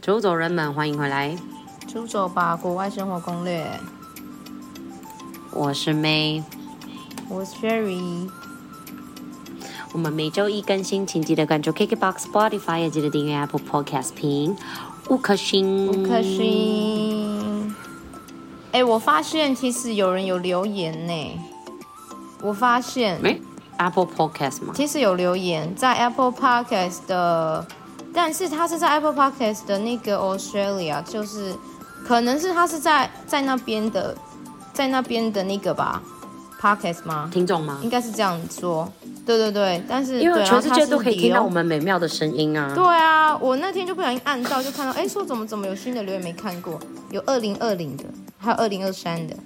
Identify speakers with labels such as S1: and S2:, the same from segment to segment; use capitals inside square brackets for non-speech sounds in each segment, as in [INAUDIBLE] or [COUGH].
S1: 走走人们，欢迎回来，
S2: 出走吧，国外生活攻略。
S1: 我是 May。
S2: 我是 Sherry，
S1: 我们每周一更新，请记得关注 KKBOX、Spotify，也记得订阅 Apple Podcast 评五颗星，
S2: 五颗。星。哎、我发现其实有人有留言呢。我发现，
S1: 没 Apple Podcast 吗？
S2: 其实有留言在 Apple Podcast 的，但是他是在 Apple Podcast 的那个 Australia，就是可能是他是在在那边的，在那边的那个吧 Podcast 吗？
S1: 听众吗
S2: 应？该是这样说。对对对，但是
S1: 嗯因为
S2: 对
S1: 全世界
S2: 然后他是
S1: 都可以听到
S2: 留
S1: 我们美妙的声音啊！
S2: 对啊，我那天就不小心按到，就看到，哎，说怎么怎么有新的留言没看过，有二零二零的，还有二零二三的。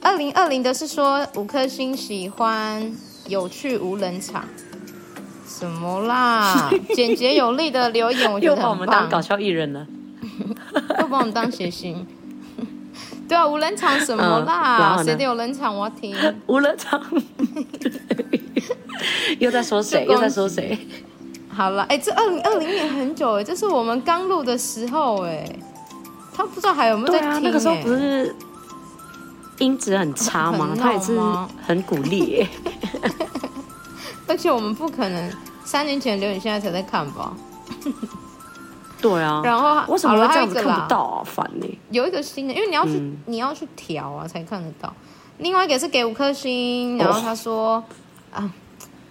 S2: 二零二零的是说五颗星喜欢有趣无冷场，什么
S1: [LAUGHS]
S2: 啦？简洁有力的留言，我觉
S1: 又
S2: 得
S1: 把我
S2: 很
S1: 们当搞
S2: 棒，
S1: 笑艺人了。
S2: [LAUGHS] 又把我们当谐星。 [LAUGHS] 对啊，无冷场什么
S1: 嗯然
S2: 啦？
S1: 后呢
S2: 谁的有冷场我要听。
S1: 无人场，
S2: [LAUGHS]
S1: 又在说谁？
S2: 就
S1: 又
S2: 恭喜
S1: 在说谁？
S2: 好了，哎，这二零二零年很久哎，这是我们刚录的时候哎，他不知道还有没有
S1: 对
S2: 在
S1: 啊，
S2: 听
S1: 那个时候
S2: 哎
S1: 不是音质很差吗？
S2: 很闹
S1: 他也是
S2: 吗
S1: 很鼓励
S2: [LAUGHS]
S1: 耶。
S2: 而且我们不可能三年前留言，现在才在看吧？
S1: 对啊，
S2: 然后
S1: 为什么会
S2: 好了
S1: 这
S2: 还有
S1: 样
S2: 一
S1: 子
S2: 个
S1: 看
S2: 啦
S1: 不到啊？烦呢、
S2: 有一个新的，因为你要去、
S1: 嗯
S2: 你要去调啊才看得到。另外一个是给五颗星，然后他说、
S1: 哦
S2: 啊，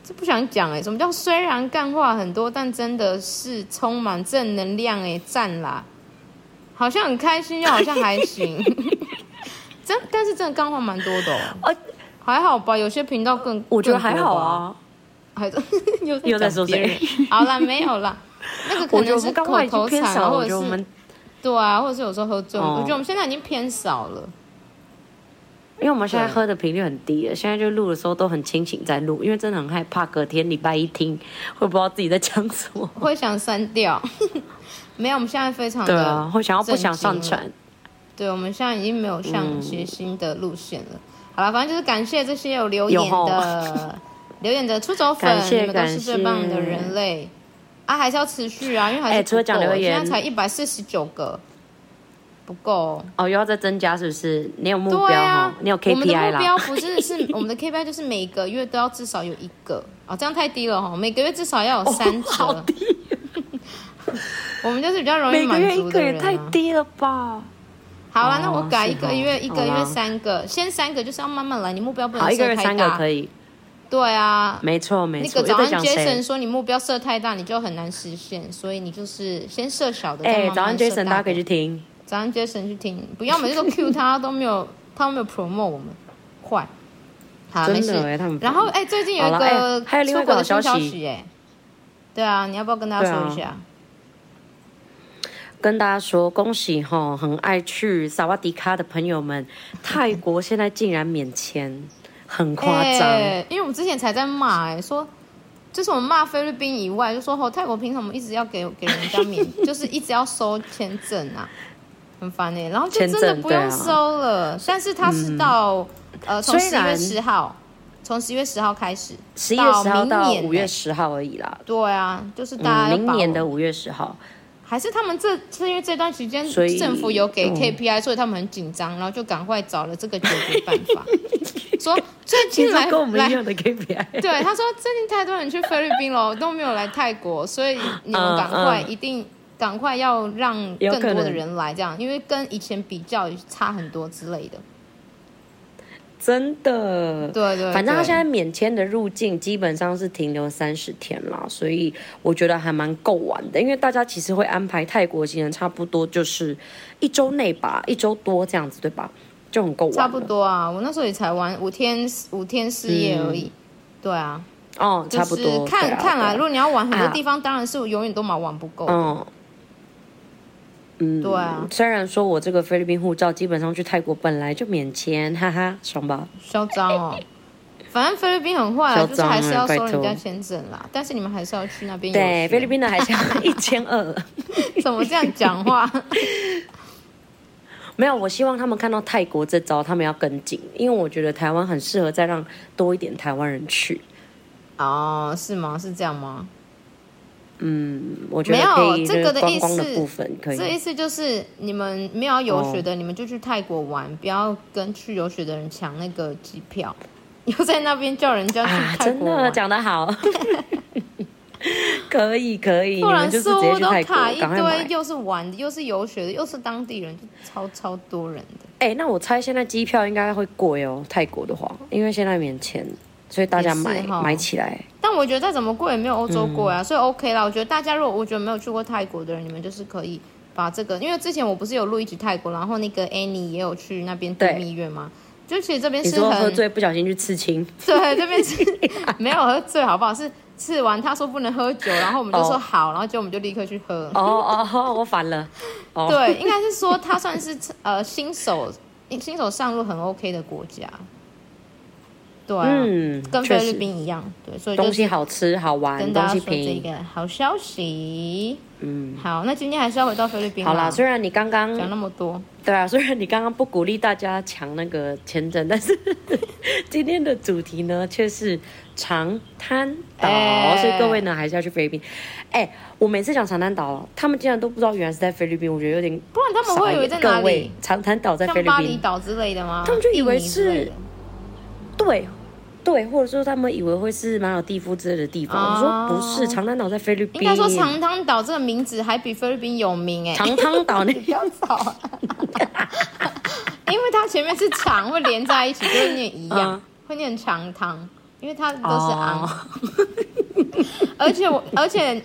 S2: 这不想讲哎、什么叫虽然干话很多，但真的是充满正能量哎、赞啦！好像很开心，又好像还
S1: [LAUGHS]
S2: 行。真，但是真的干话蛮多的、哦，
S1: 啊，
S2: 还好吧？有些频道更
S1: 我觉得
S2: 更
S1: 还
S2: 多
S1: 好
S2: 吧
S1: 啊。
S2: 还是又
S1: 又在
S2: 在 [LAUGHS]
S1: 说
S2: 讲别人
S1: 谁
S2: 好啦，没
S1: [LAUGHS]
S2: 有啦，那个可
S1: 我觉得
S2: 能
S1: 我
S2: 是
S1: 们
S2: 口
S1: 刚刚已经
S2: 头
S1: 偏
S2: 禅
S1: 少
S2: 啊，
S1: 了，
S2: 或
S1: 我觉
S2: 者
S1: 得我
S2: 是
S1: 们，
S2: 对啊，或者是有时候喝醉。
S1: 哦
S2: 我觉得我们现在已经偏少了，
S1: 因为我们现在
S2: 对
S1: 喝的频率很低了，现在就录的时候都很清醒在录，因为真的很害怕隔天礼拜一听会不知道自己在讲什么。
S2: 会想删掉。 [LAUGHS] 没有，我们现在非常
S1: 对
S2: 的
S1: 啊，会想要不想
S2: 震惊了
S1: 上传？
S2: 对，我们现在已经没有上谐星的路线了。好了，反正就是感谢这些有留言的 [LAUGHS] 留言的出走粉
S1: 感，谢
S2: 你们都是最棒
S1: 感谢
S2: 的人类啊！还是要持续啊，因为还
S1: 哎
S2: 是
S1: 除了
S2: 不
S1: 讲
S2: 够，
S1: 留言
S2: 现在才一百四十九个，不够。
S1: 哦，又要再增加是不是？你有目标
S2: 对啊
S1: 哦，你有
S2: 我们的
S1: KPI
S2: 目标
S1: 啦。
S2: 不
S1: [LAUGHS]
S2: 是是我们的 KPI 就是每个月都要至少有一个哦，这样太低了哈，每个月至少要有三折。
S1: 哦好低，
S2: 我们就是比较容易
S1: 每个
S2: 满
S1: 月
S2: 足
S1: 一
S2: 的
S1: 个
S2: 人、
S1: 也
S2: 啊。
S1: 太低了吧？
S2: 好了
S1: 哦，
S2: 那我改一
S1: 是哦
S2: 个月、一个
S1: 好啦
S2: 月三个，先三个就是要慢慢来，你目标不能
S1: 好，一个
S2: 设
S1: 月
S2: 太
S1: 三个
S2: 大。
S1: 可以，
S2: 对啊，
S1: 没错没
S2: 那
S1: 错。
S2: 个
S1: 又在
S2: 早安
S1: 讲谁
S2: Jason？说你目标设太大，你就很难实现，所以你就是先设小的，再
S1: 哎，
S2: 慢
S1: 早安
S2: 慢设
S1: Jason，大
S2: 大
S1: 家可
S2: 的
S1: 以去听。
S2: 早上 Jason 去听，不要每次都 Q 他， [LAUGHS] 都没有，他都没有 promote 我们，坏。好，
S1: 真
S2: 没
S1: 的
S2: 事
S1: 欸他们。
S2: 然后哎、最近有一
S1: 好了
S2: 个
S1: 哎还有另外一
S2: 出
S1: 个
S2: 国
S1: 好
S2: 的新
S1: 消
S2: 消
S1: 息
S2: 息哎、对啊，你要不要跟大家说一
S1: 对
S2: 下？
S1: 跟大家说，恭喜哈！很爱去萨瓦迪卡的朋友们，泰国现在竟然免签，很夸张。
S2: 哎因为我们之前才在骂哎、说就是我们骂菲律宾以外，就说哦泰国凭什么一直要给给人
S1: [LAUGHS]
S2: 家免，就是一直要收签证啊，很烦哎、然后就
S1: 签
S2: 真的
S1: 证
S2: 不
S1: 对啊嗯
S2: 用收了，但是他是到、呃从
S1: 虽
S2: 十月
S1: 然
S2: 十号，从十月十号开始，
S1: 十一月十号
S2: 到
S1: 到
S2: 明年
S1: 五月十号而已啦，
S2: 对啊，就是大
S1: 嗯，
S2: 家要
S1: 明
S2: 把
S1: 年
S2: 握
S1: 的五月十号，
S2: 还是他们这是因为这段时间
S1: 所以
S2: 政府有给
S1: 嗯
S2: KPI，、所以他们很紧张，然后就赶快找了这个解决办 [LAUGHS] 法，说最
S1: 其
S2: 近
S1: 实
S2: 来
S1: 跟我们一
S2: 来。
S1: 样的 KPI。
S2: 对，他说最近太多人去菲律宾了，都没有来泰国，所以你们赶快
S1: 嗯嗯
S2: 一定赶快要让
S1: 有
S2: 更
S1: 可
S2: 多的
S1: 能
S2: 人来，这样，因为跟以前比较差很多之类的。
S1: 真的。
S2: 对对
S1: 反正他
S2: 对
S1: 现在免签的入境基本上是停留三十天啦，所以我觉得还蛮够玩的。因为大家其实会安排泰国行程，差不多就是一周内吧，一周多这样子，对吧？就很够玩。
S2: 差不。多啊，我那时候也才玩五天五天四夜而已。对啊，
S1: 哦，
S2: 就
S1: 差不多。
S2: 是看、
S1: 对啊
S2: 看
S1: 对啊
S2: 啦，如果你要玩很多
S1: 啊
S2: 地方，当然是永远都蛮玩不够的。
S1: 嗯，嗯，
S2: 对啊
S1: 虽然说我这个菲律宾护照基本上去泰国本来就免签，哈哈，爽吧？
S2: 嚣张哦！反正菲律宾很坏啦，
S1: 嚣
S2: 就是
S1: 张啊
S2: 还是要收
S1: 拜托
S2: 人家签证啦。但是你们还是要去那边游学。
S1: 对，菲律宾的海鲜一千二， [LAUGHS]
S2: 怎么这样讲话？
S1: 没有。我希望他们看到泰国这招，他们要跟进，因为我觉得台湾很适合再让多一点台湾人去。
S2: 哦，是吗？是这样吗？
S1: 我觉得
S2: 没有
S1: 可以
S2: 这个的
S1: 观光的
S2: 意思
S1: 部分可
S2: 这
S1: 以
S2: 意思就是你们没有游
S1: 哦
S2: 学的，你们就去泰国玩，不要跟去游学的人抢那个机票， [LAUGHS] 又在那边叫人家
S1: 啊
S2: 去，泰
S1: 真
S2: 国玩。
S1: 的讲得好， [LAUGHS] 可以可以，你
S2: 不然
S1: 们就是
S2: 事
S1: 直接
S2: 物
S1: 去
S2: 都
S1: 泰国，
S2: 卡一
S1: 赶快买
S2: 堆，。又是玩的，又是游学的，又是当地人，就超超多人的。
S1: 哎、那我猜现在机票应该会贵哦，泰国的话，因为现在免签，所以大家
S2: 也是
S1: 买
S2: 哈
S1: 买起来。
S2: 但我觉得再怎么贵也没有欧洲贵啊，
S1: 嗯
S2: 所以 OK 啦。我觉得大家如果我觉得没有去过泰国的人，你们就是可以把这个，因为之前我不是有录一集泰国，然后那个 Annie 也有去那边度
S1: 对
S2: 蜜月嘛。就其实这边
S1: 你
S2: 是
S1: 说喝
S2: 很
S1: 醉不小心去刺青，
S2: [LAUGHS] 对，这边是没有喝醉，好不好？是吃完他说不能喝酒，然后我们就说
S1: 哦
S2: 好，然后就我们就立刻去喝。
S1: 哦哦哦，我反了，哦，
S2: 对，应该是说他算是呃新手新手上路很 OK 的国家。对、啊，
S1: 嗯，
S2: 跟
S1: 确
S2: 菲律
S1: 实，
S2: 宾一样，对，所以就
S1: 东西好吃好玩，
S2: 跟
S1: 东
S2: 大家
S1: 西
S2: 说这
S1: 便宜。
S2: 个好消息。嗯，好，那今天还是要回到菲律宾
S1: 好
S2: 啦
S1: 啦，，虽然你刚刚
S2: 讲那么多，
S1: 对啊，虽 [LAUGHS] 然你刚刚不鼓励大家抢那个签证，但
S2: [LAUGHS]
S1: 是今天的主题呢却是长滩岛，
S2: 哎
S1: 所以各位呢还是要去菲律宾。哎、我每次讲长滩岛，他们竟然都不知道原来是在菲律宾，我觉得有点
S2: 不然他们
S1: 傻
S2: 会以为
S1: 眼
S2: 在哪
S1: 各位
S2: 里？，
S1: 长滩岛在菲
S2: 像
S1: 律
S2: 巴厘
S1: 宾，
S2: 岛之类的吗？
S1: 他们就以为
S2: 印尼之类的
S1: 是对对，或者说他们以为会是马尔蒂夫之类的地方，
S2: 哦
S1: 我说不是，长滩岛在菲律宾，
S2: 应该说长滩岛这个名字还比菲律宾有名哎、
S1: 长滩岛那
S2: 你不 [LAUGHS] 要吵、啊，因为它前面是长，会连在一起，就会念一样，
S1: 嗯哦
S2: 会念长汤，因为它都是昂。而且我，而且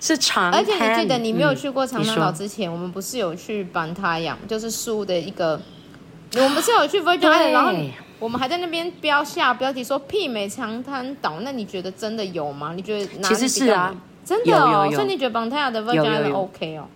S1: 是长滩，
S2: 而且你记得你没有去过长滩岛
S1: 嗯你说
S2: 之前，我们不是有去板塔养，就是树的一个，我们不是有去 Virgin
S1: 对
S2: Island，然后你我们还在那边标下标题说媲美长滩岛，那你觉得真的有吗？你觉得哪
S1: 其
S2: 里
S1: 实
S2: 比
S1: 是
S2: 较
S1: 啊
S2: 美真的
S1: 有
S2: 哦
S1: 有，有
S2: 所以你觉得板塔养的 Virgin
S1: 有有
S2: Island
S1: 有
S2: OK 哦？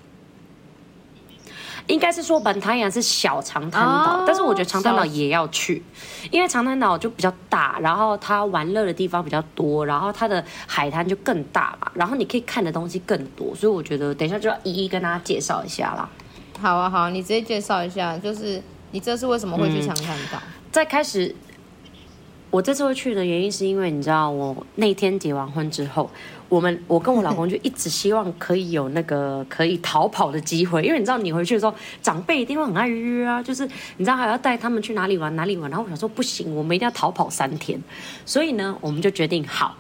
S1: 应该是说本滩洋是小长滩岛，
S2: 哦
S1: 但是我觉得长滩岛也要去，因为长滩岛就比较大，然后它玩乐的地方比较多，然后它的海滩就更大嘛，然后你可以看的东西更多，所以我觉得等一下就要一一跟大家介绍一下啦。
S2: 好啊，好啊，你直接介绍一下，就是你这次为什么
S1: 嗯
S2: 会去长滩岛？
S1: 在开始，我这次会去的原因是因为你知道，我那天结完婚之后，我们我跟我老公就一直希望可以有那个可以逃跑的机会，因为你知道你回去的时候，长辈一定会很爱约啊，就是你知道还要带他们去哪里玩哪里玩，然后我想说不行，我们一定要逃跑三天，所以呢，我们就决定好。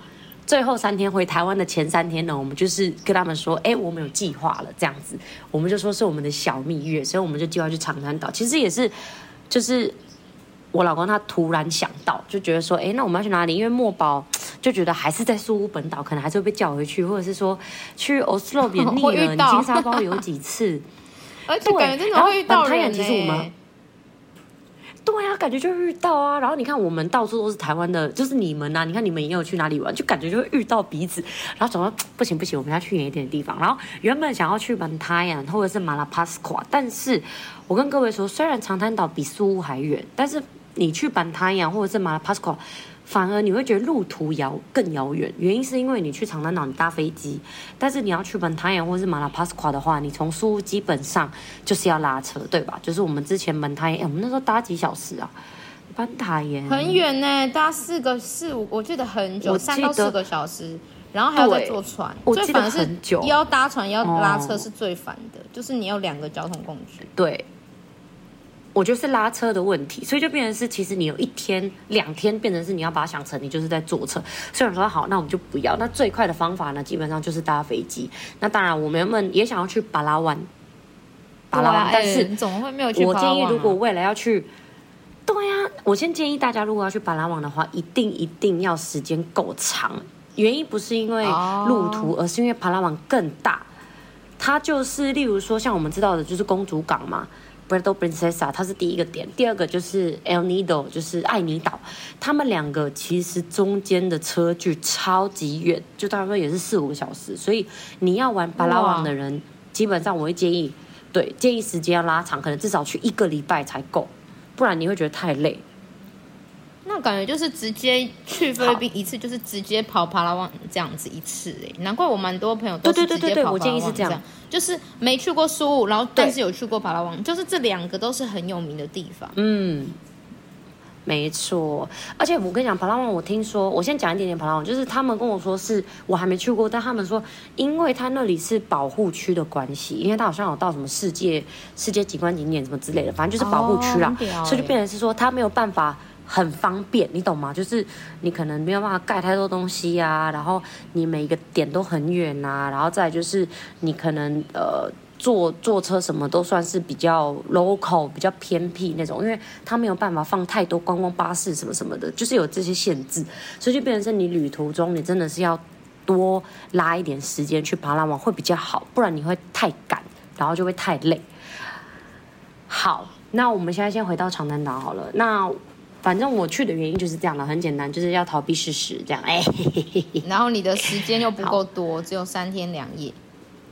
S1: 最后三天回台湾的前三天呢，我们就是跟他们说，哎、我们有计划了，这样子，我们就说是我们的小蜜月，所以我们就计划去长滩岛。其实也是，就是我老公他突然想到，就觉得说，哎、那我们要去哪里？因为墨宝就觉得还是在苏屋本岛，可能还是会被叫回去，或者是说去 Oslo
S2: [LAUGHS]
S1: 也腻
S2: 会遇
S1: 了，你
S2: 到
S1: 金沙包有几次？
S2: 而且感觉真的会遇到
S1: 然后板滩
S2: 人、欸、
S1: 也其实我们对啊，感觉就遇到啊。然后你看，我们到处都是台湾的，就是你们呐、啊，你看你们也有去哪里玩，就感觉就会遇到彼此。然后想说不行不行，我们要去远一点的地方。然后原本想要去曼塔亚或者是马拉帕斯夸，但是我跟各位说，虽然长滩岛比苏屋还远，但是你去班塔亚或者是马拉帕斯夸。啊反而你会觉得路途遥更遥远，原因是因为你去长滩岛你搭飞机，但是你要去本塔岩或是马拉帕斯夸的话，你从苏屋基本上就是要拉车，对吧？就是我们之前本塔岩、哎我们那时候搭几小时啊？班塔
S2: [LAUGHS]
S1: 岩
S2: 很远呢、搭四个四五，我记得很久，
S1: 我记得
S2: 三到四个小时，然后还要再
S1: 对
S2: 坐船，
S1: 我
S2: 最
S1: 记得
S2: 烦的是
S1: 很久
S2: 要搭船要拉车
S1: 哦
S2: 是最烦的，就是你有两个交通工具。
S1: 对，我觉得是拉车的问题，所以就变成是，其实你有一天、两天，变成是你要把它想成你就是在坐车。所以我说好，那我们就不要。那最快的方法呢，基本上就是搭飞机。那当然，我们也想要去巴拉湾，巴拉
S2: 对
S1: 湾，
S2: 啊
S1: 但
S2: 哎
S1: 是、
S2: 你总会没有去
S1: 我
S2: 巴拉
S1: 建议，
S2: 望
S1: 如果
S2: 啊。
S1: 未来要去，对呀、我先建议大家，如果要去巴拉望的话，一定一定要时间够长。原因不是因为
S2: 哦
S1: 路途，而是因为巴拉望更大。它就是，例如说，像我们知道的，就是公主港嘛 b r e d o Princesa，它是第一个点。第二个就是 El Nido，就是爱尼岛。他们两个其实中间的车距超级远，就大概也是四五个小时。所以你要玩巴拉望的人，基本上我会建议，对，建议时间要拉长，可能至少去一个礼拜才够，不然你会觉得太累。
S2: 那感觉就是直接去菲律宾一次，就是直接跑帕拉旺这样子一次哎、难怪我蛮多朋友都
S1: 对
S2: 是直
S1: 对
S2: 接
S1: 对对对
S2: 跑
S1: 我
S2: 帕拉
S1: 建议
S2: 旺
S1: 是这
S2: 这
S1: 样
S2: 样，就是没去过苏武，然后但
S1: 对
S2: 是有去过帕拉旺，就是这两个都是很有名的地方。
S1: 嗯，没错，而且我跟你讲，帕拉旺，我听说，我先讲一点点帕拉旺，就是他们跟我说是我还没去过，但他们说，因为他那里是保护区的关系，因为他好像有到什么世界世界景观景点什么之类的，反正就是保护区啦
S2: 哦，很屌欸
S1: 所以就变成是说他没有办法。很方便，你懂吗？就是你可能没有办法盖太多东西啊，然后你每一个点都很远啊，然后再来就是你可能呃坐坐车什么都算是比较 local、比较偏僻那种，因为它没有办法放太多观光巴士什么什么的，就是有这些限制，所以就变成是你旅途中你真的是要多拉一点时间去爬拉网会比较好，不然你会太赶，然后就会太累。好，那我们现在先回到长滩岛好了。那反正我去的原因就是这样了，很简单，就是要逃避事实，这样。哎、
S2: 然后你的时间又不够多，只有三天两夜。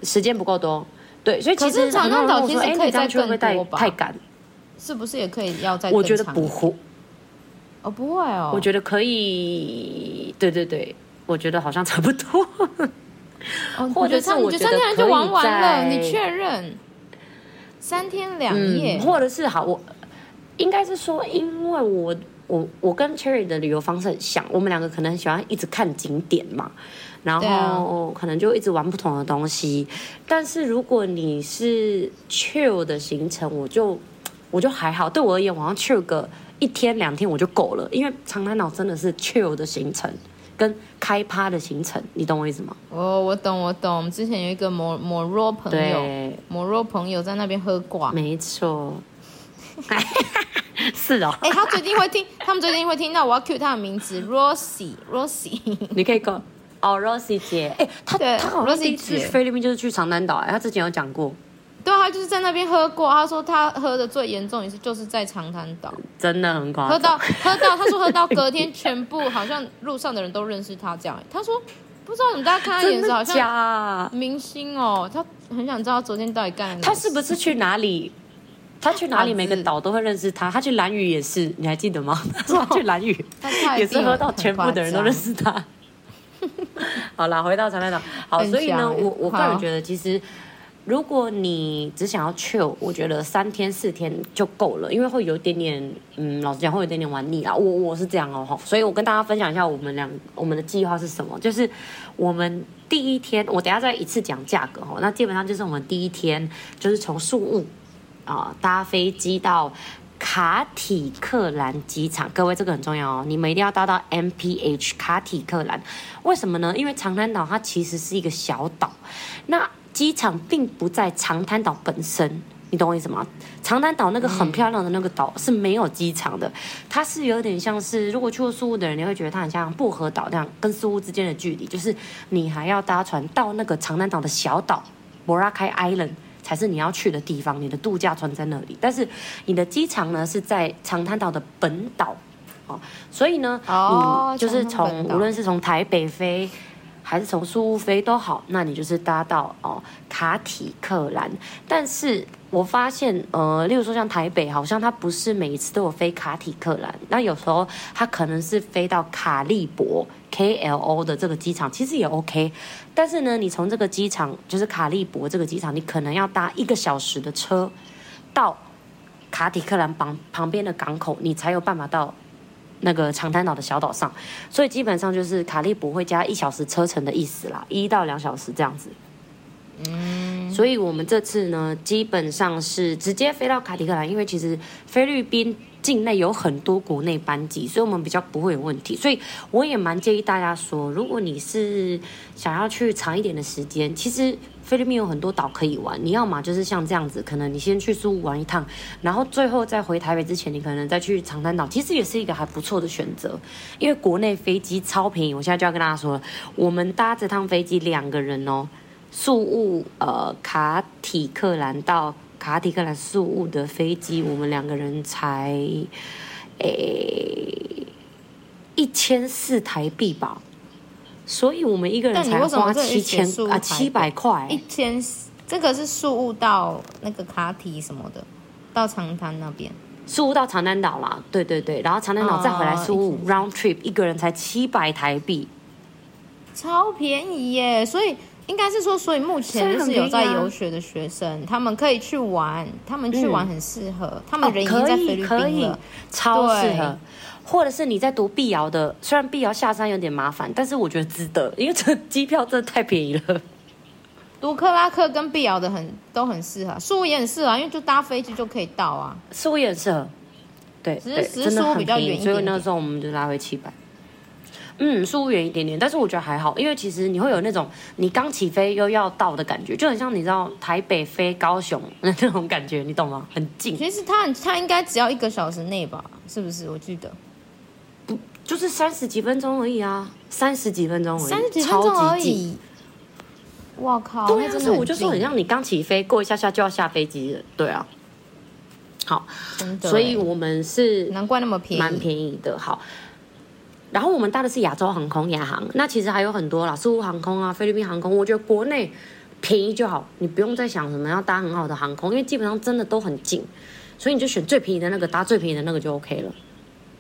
S1: 时间不够多，对，所以其
S2: 可
S1: 实
S2: 是长滩岛
S1: 很多人问我说
S2: 其实
S1: 哎
S2: 可以
S1: 你这样
S2: 再
S1: 去会不会
S2: 更
S1: 太
S2: 多吧
S1: 太赶？
S2: 是不是也可以要再
S1: 我
S2: 更
S1: 觉得
S2: 长
S1: 不
S2: 一点
S1: 会，
S2: 哦，不会哦，
S1: 我觉得可以，对对对，我觉得好像差不多。
S2: 哦得，
S1: 或者是我
S2: 就
S1: 觉
S2: 三
S1: 得
S2: 天两夜就
S1: 可以
S2: 玩完了，
S1: 在
S2: 你确认三天两夜
S1: 嗯，，或者是好，我应该是说，因为我我我跟 Cherry 的旅游方式很像，我们两个可能很喜欢一直看景点嘛，然
S2: 对啊
S1: 后可能就一直玩不同的东西。但是如果你是 chill 的行程，我就我就还好，对我而言，我要 chill 个一天两天我就够了，因为长滩岛真的是 chill 的行程。跟开趴的行程，你懂我意思吗？
S2: 哦我我懂我懂，我们之前有一个摩摩若朋友，
S1: 对，
S2: 摩若朋友在那边喝挂，
S1: 没错。 [LAUGHS] 是哦，
S2: 哎、他最近会听， [LAUGHS] 他们最近会听到我要 cue 他的名字 Rosie Rosie，
S1: 你可以跟哦，Rosie 姐，哎、她
S2: 对
S1: 她好像第一
S2: Rosie
S1: 次
S2: 姐
S1: 菲律宾就是去长滩岛，哎，她之前有讲过，
S2: [LAUGHS] 对啊，他就是在那边喝过，他说他喝的最严重一次就是在长滩岛，
S1: 真的很夸
S2: 喝
S1: 张。
S2: 到喝到，他说喝到隔天全部好像路上的人都认识他这样、欸他说不知道怎么大家看他
S1: 真
S2: 眼神好
S1: 的
S2: 像
S1: 假？
S2: 明星哦，他很想知道昨天到底干了什么
S1: 她是不是去哪里？她去哪里？
S2: 哪
S1: 每个
S2: 次
S1: 岛都会认识她。她去蓝屿也是，你还记得
S2: [LAUGHS]
S1: 吗？她说她去蓝屿
S2: 她她一
S1: 也
S2: 定
S1: 是喝到
S2: 很
S1: 全部的人都
S2: 夸张
S1: 认识她。 [LAUGHS] 好啦，回到长滩岛，好，
S2: 很
S1: 所以呢，
S2: 强欸
S1: 我我个人
S2: 好
S1: 觉得其实。如果你只想要 chill，我觉得三天四天就够了，因为会有一点点，嗯，老实讲会有一点点玩腻啦。我我是这样哦、吼所以我跟大家分享一下我们两我们的计划是什么，就是我们第一天，我等一下再一次讲价格哦、那基本上就是我们第一天就是从宿务啊、搭飞机到。卡体克兰机场，各位这个很重要哦，你们一定要搭到 MPH 卡体克兰。为什么呢？因为长滩岛它其实是一个小岛，那机场并不在长滩岛本身，你懂我意思吗？长滩岛那个很漂亮的那个岛是没有机场的，它是有点像是如果去过苏雾的人，你会觉得它很像薄荷岛那样，跟苏雾之间的距离，就是你还要搭船到那个长滩岛的小岛 Boracay Island。才是你要去的地方，你的度假村在那里，但是你的机场呢是在长滩岛的本岛，哦，所以呢，
S2: 哦
S1: 你就是
S2: 长滩
S1: 从
S2: 本岛
S1: 无论是从台北飞还是从苏乌飞都好，那你就是搭到哦卡体克兰。但是我发现，呃，例如说像台北，好像它不是每一次都有飞卡体克兰，那有时候它可能是飞到卡利博 KLO 的这个机场，其实也 OK。但是呢，你从这个机场，就是卡利博这个机场，你可能要搭一个小时的车到卡体克兰旁旁边的港口，你才有办法到那个长滩岛的小岛上。所以基本上就是卡利博会加一小时车程的意思啦，一到两小时这样子。嗯，所以我们这次呢，基本上是直接飞到卡提克兰，因为其实菲律宾境内有很多国内班机，所以我们比较不会有问题。所以我也蛮建议大家说，如果你是想要去长一点的时间，其实菲律宾有很多岛可以玩。你要嘛就是像这样子，可能你先去苏武玩一趟，然后最后再回台北之前，你可能再去长滩岛，其实也是一个还不错的选择。因为国内飞机超便宜，我现在就要跟大家说了，我们搭这趟飞机两个人哦，宿务呃卡体克兰到卡体克兰宿务的飞机，我们两个人才诶一千四台币吧。所以我们一个人
S2: 但你
S1: 才
S2: 为什么
S1: 花
S2: 这里
S1: 七千
S2: 写宿务
S1: 啊
S2: 台
S1: 七百块、
S2: 一千四，这个是宿务到那个卡提什么的，到长滩那边。
S1: 苏到长滩岛啦，对对对，然后长滩岛再回来
S2: 哦
S1: 苏武
S2: 一
S1: round trip 一个人才七百台币，
S2: 超便宜耶！所以应该是说，所以目前就是有
S1: 啊
S2: 在游学的学生，他们可以去玩，他们去玩很适合，他们人已经在菲律
S1: 嗯哦可
S2: 宾
S1: 以
S2: 了，，
S1: 超适
S2: 对
S1: 合。或者是你在读碧瑶的，虽然碧瑶下山有点麻烦，但是我觉得值得，因为这机票真的太便宜 [LAUGHS] 了。
S2: 卢克拉克跟碧瑶的很都很适合，苏武也很适合啊，因为就搭飞机就可以到啊。
S1: 似乎也很适合，对，
S2: 只是
S1: 对
S2: 只是
S1: 真的
S2: 苏屋
S1: 很
S2: 比较
S1: 便宜
S2: 远一
S1: 所以
S2: 点
S1: 那
S2: 点
S1: 时候我们就拉回七百。嗯，似乎远一点点，但是我觉得还好，因为其实你会有那种你刚起飞又要到的感觉，就很像你知道台北飞高雄那种感觉，你懂吗？很近，
S2: 其实他他应该只要一个小时内吧，是不是？我记得
S1: 就是三十几分钟而已啊，三十几分钟而已，
S2: 三十几分钟
S1: 超
S2: 而
S1: 级近。
S2: 已。哇靠！
S1: 对
S2: 那
S1: 啊，
S2: 真
S1: 所
S2: 的
S1: 以我就说很
S2: 近
S1: 像你刚起飞，过一下下就要下飞机了，对啊。好，
S2: 真的欸，
S1: 所以我们是
S2: 难怪那么便宜。
S1: 蛮便宜的。好，然后我们搭的是亚洲航空、亚航，那其实还有很多啦，苏雾航空啊、菲律宾航空，我觉得国内便宜就好，你不用再想什么要搭很好的航空，因为基本上真的都很近，所以你就选最便宜的那个，搭最便宜的那个就 OK 了。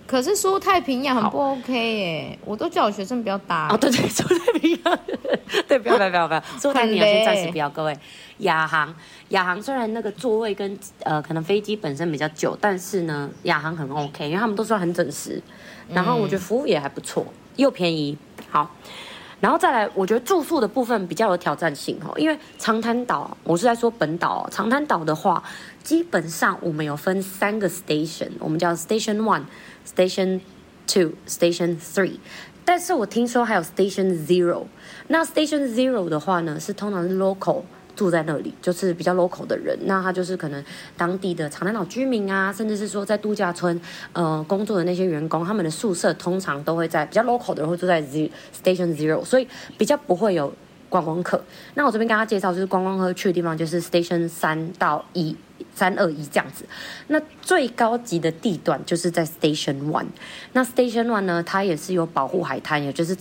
S2: 可是说太平洋很不 OK 耶，我都叫我学生不要搭
S1: 哦，。对对，苏太平洋， [LAUGHS] 对，不要不要不要不要， [LAUGHS] 苏太平洋
S2: 很
S1: 先
S2: 累
S1: 暂时不要，各位。亚航，亚航虽然那个座位跟呃可能飞机本身比较久，但是呢，亚航很 OK，因为他们都算很准时，然后我觉得
S2: 嗯
S1: 服务也还不错，又便宜，好。然后再来，我觉得住宿的部分比较有挑战性哦，因为长滩岛，我是在说本岛、哦，长滩岛的话，基本上我们有分三个 station，我们叫 station one、station two、station three，但是我听说还有 station zero。那 station zero 的话呢，是通常是 local 住在那里，就是比较 local 的人，那他就是可能当地的长滩岛居民啊，甚至是说在度假村呃工作的那些员工，他们的宿舍通常都会在比较 local 的人会住在 z station zero，所以比较不会有观光客。那我这边跟大家介绍，就是观光客去的地方就是 station 三到一。三二一这样子，那最高级的地段就是在 Station One。那 Station One 呢，它也是有保护海滩，也就是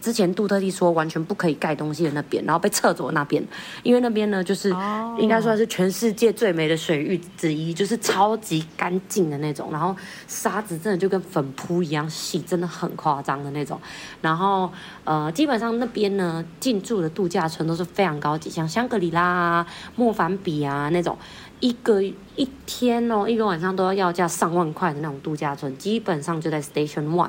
S1: 之前杜特地说完全不可以盖东西的那边，然后被撤走的那边，因为那边呢就是
S2: 哦
S1: 应该算是全世界最美的水域之一，就是超级干净的那种，然后沙子真的就跟粉扑一样细，真的很夸张的那种。然后呃，基本上那边呢进驻的度假村都是非常高级，像香格里拉、啊、莫凡比啊那种。一个一天哦，一个晚上都要要价上万块的那种度假村，基本上就在 Station One。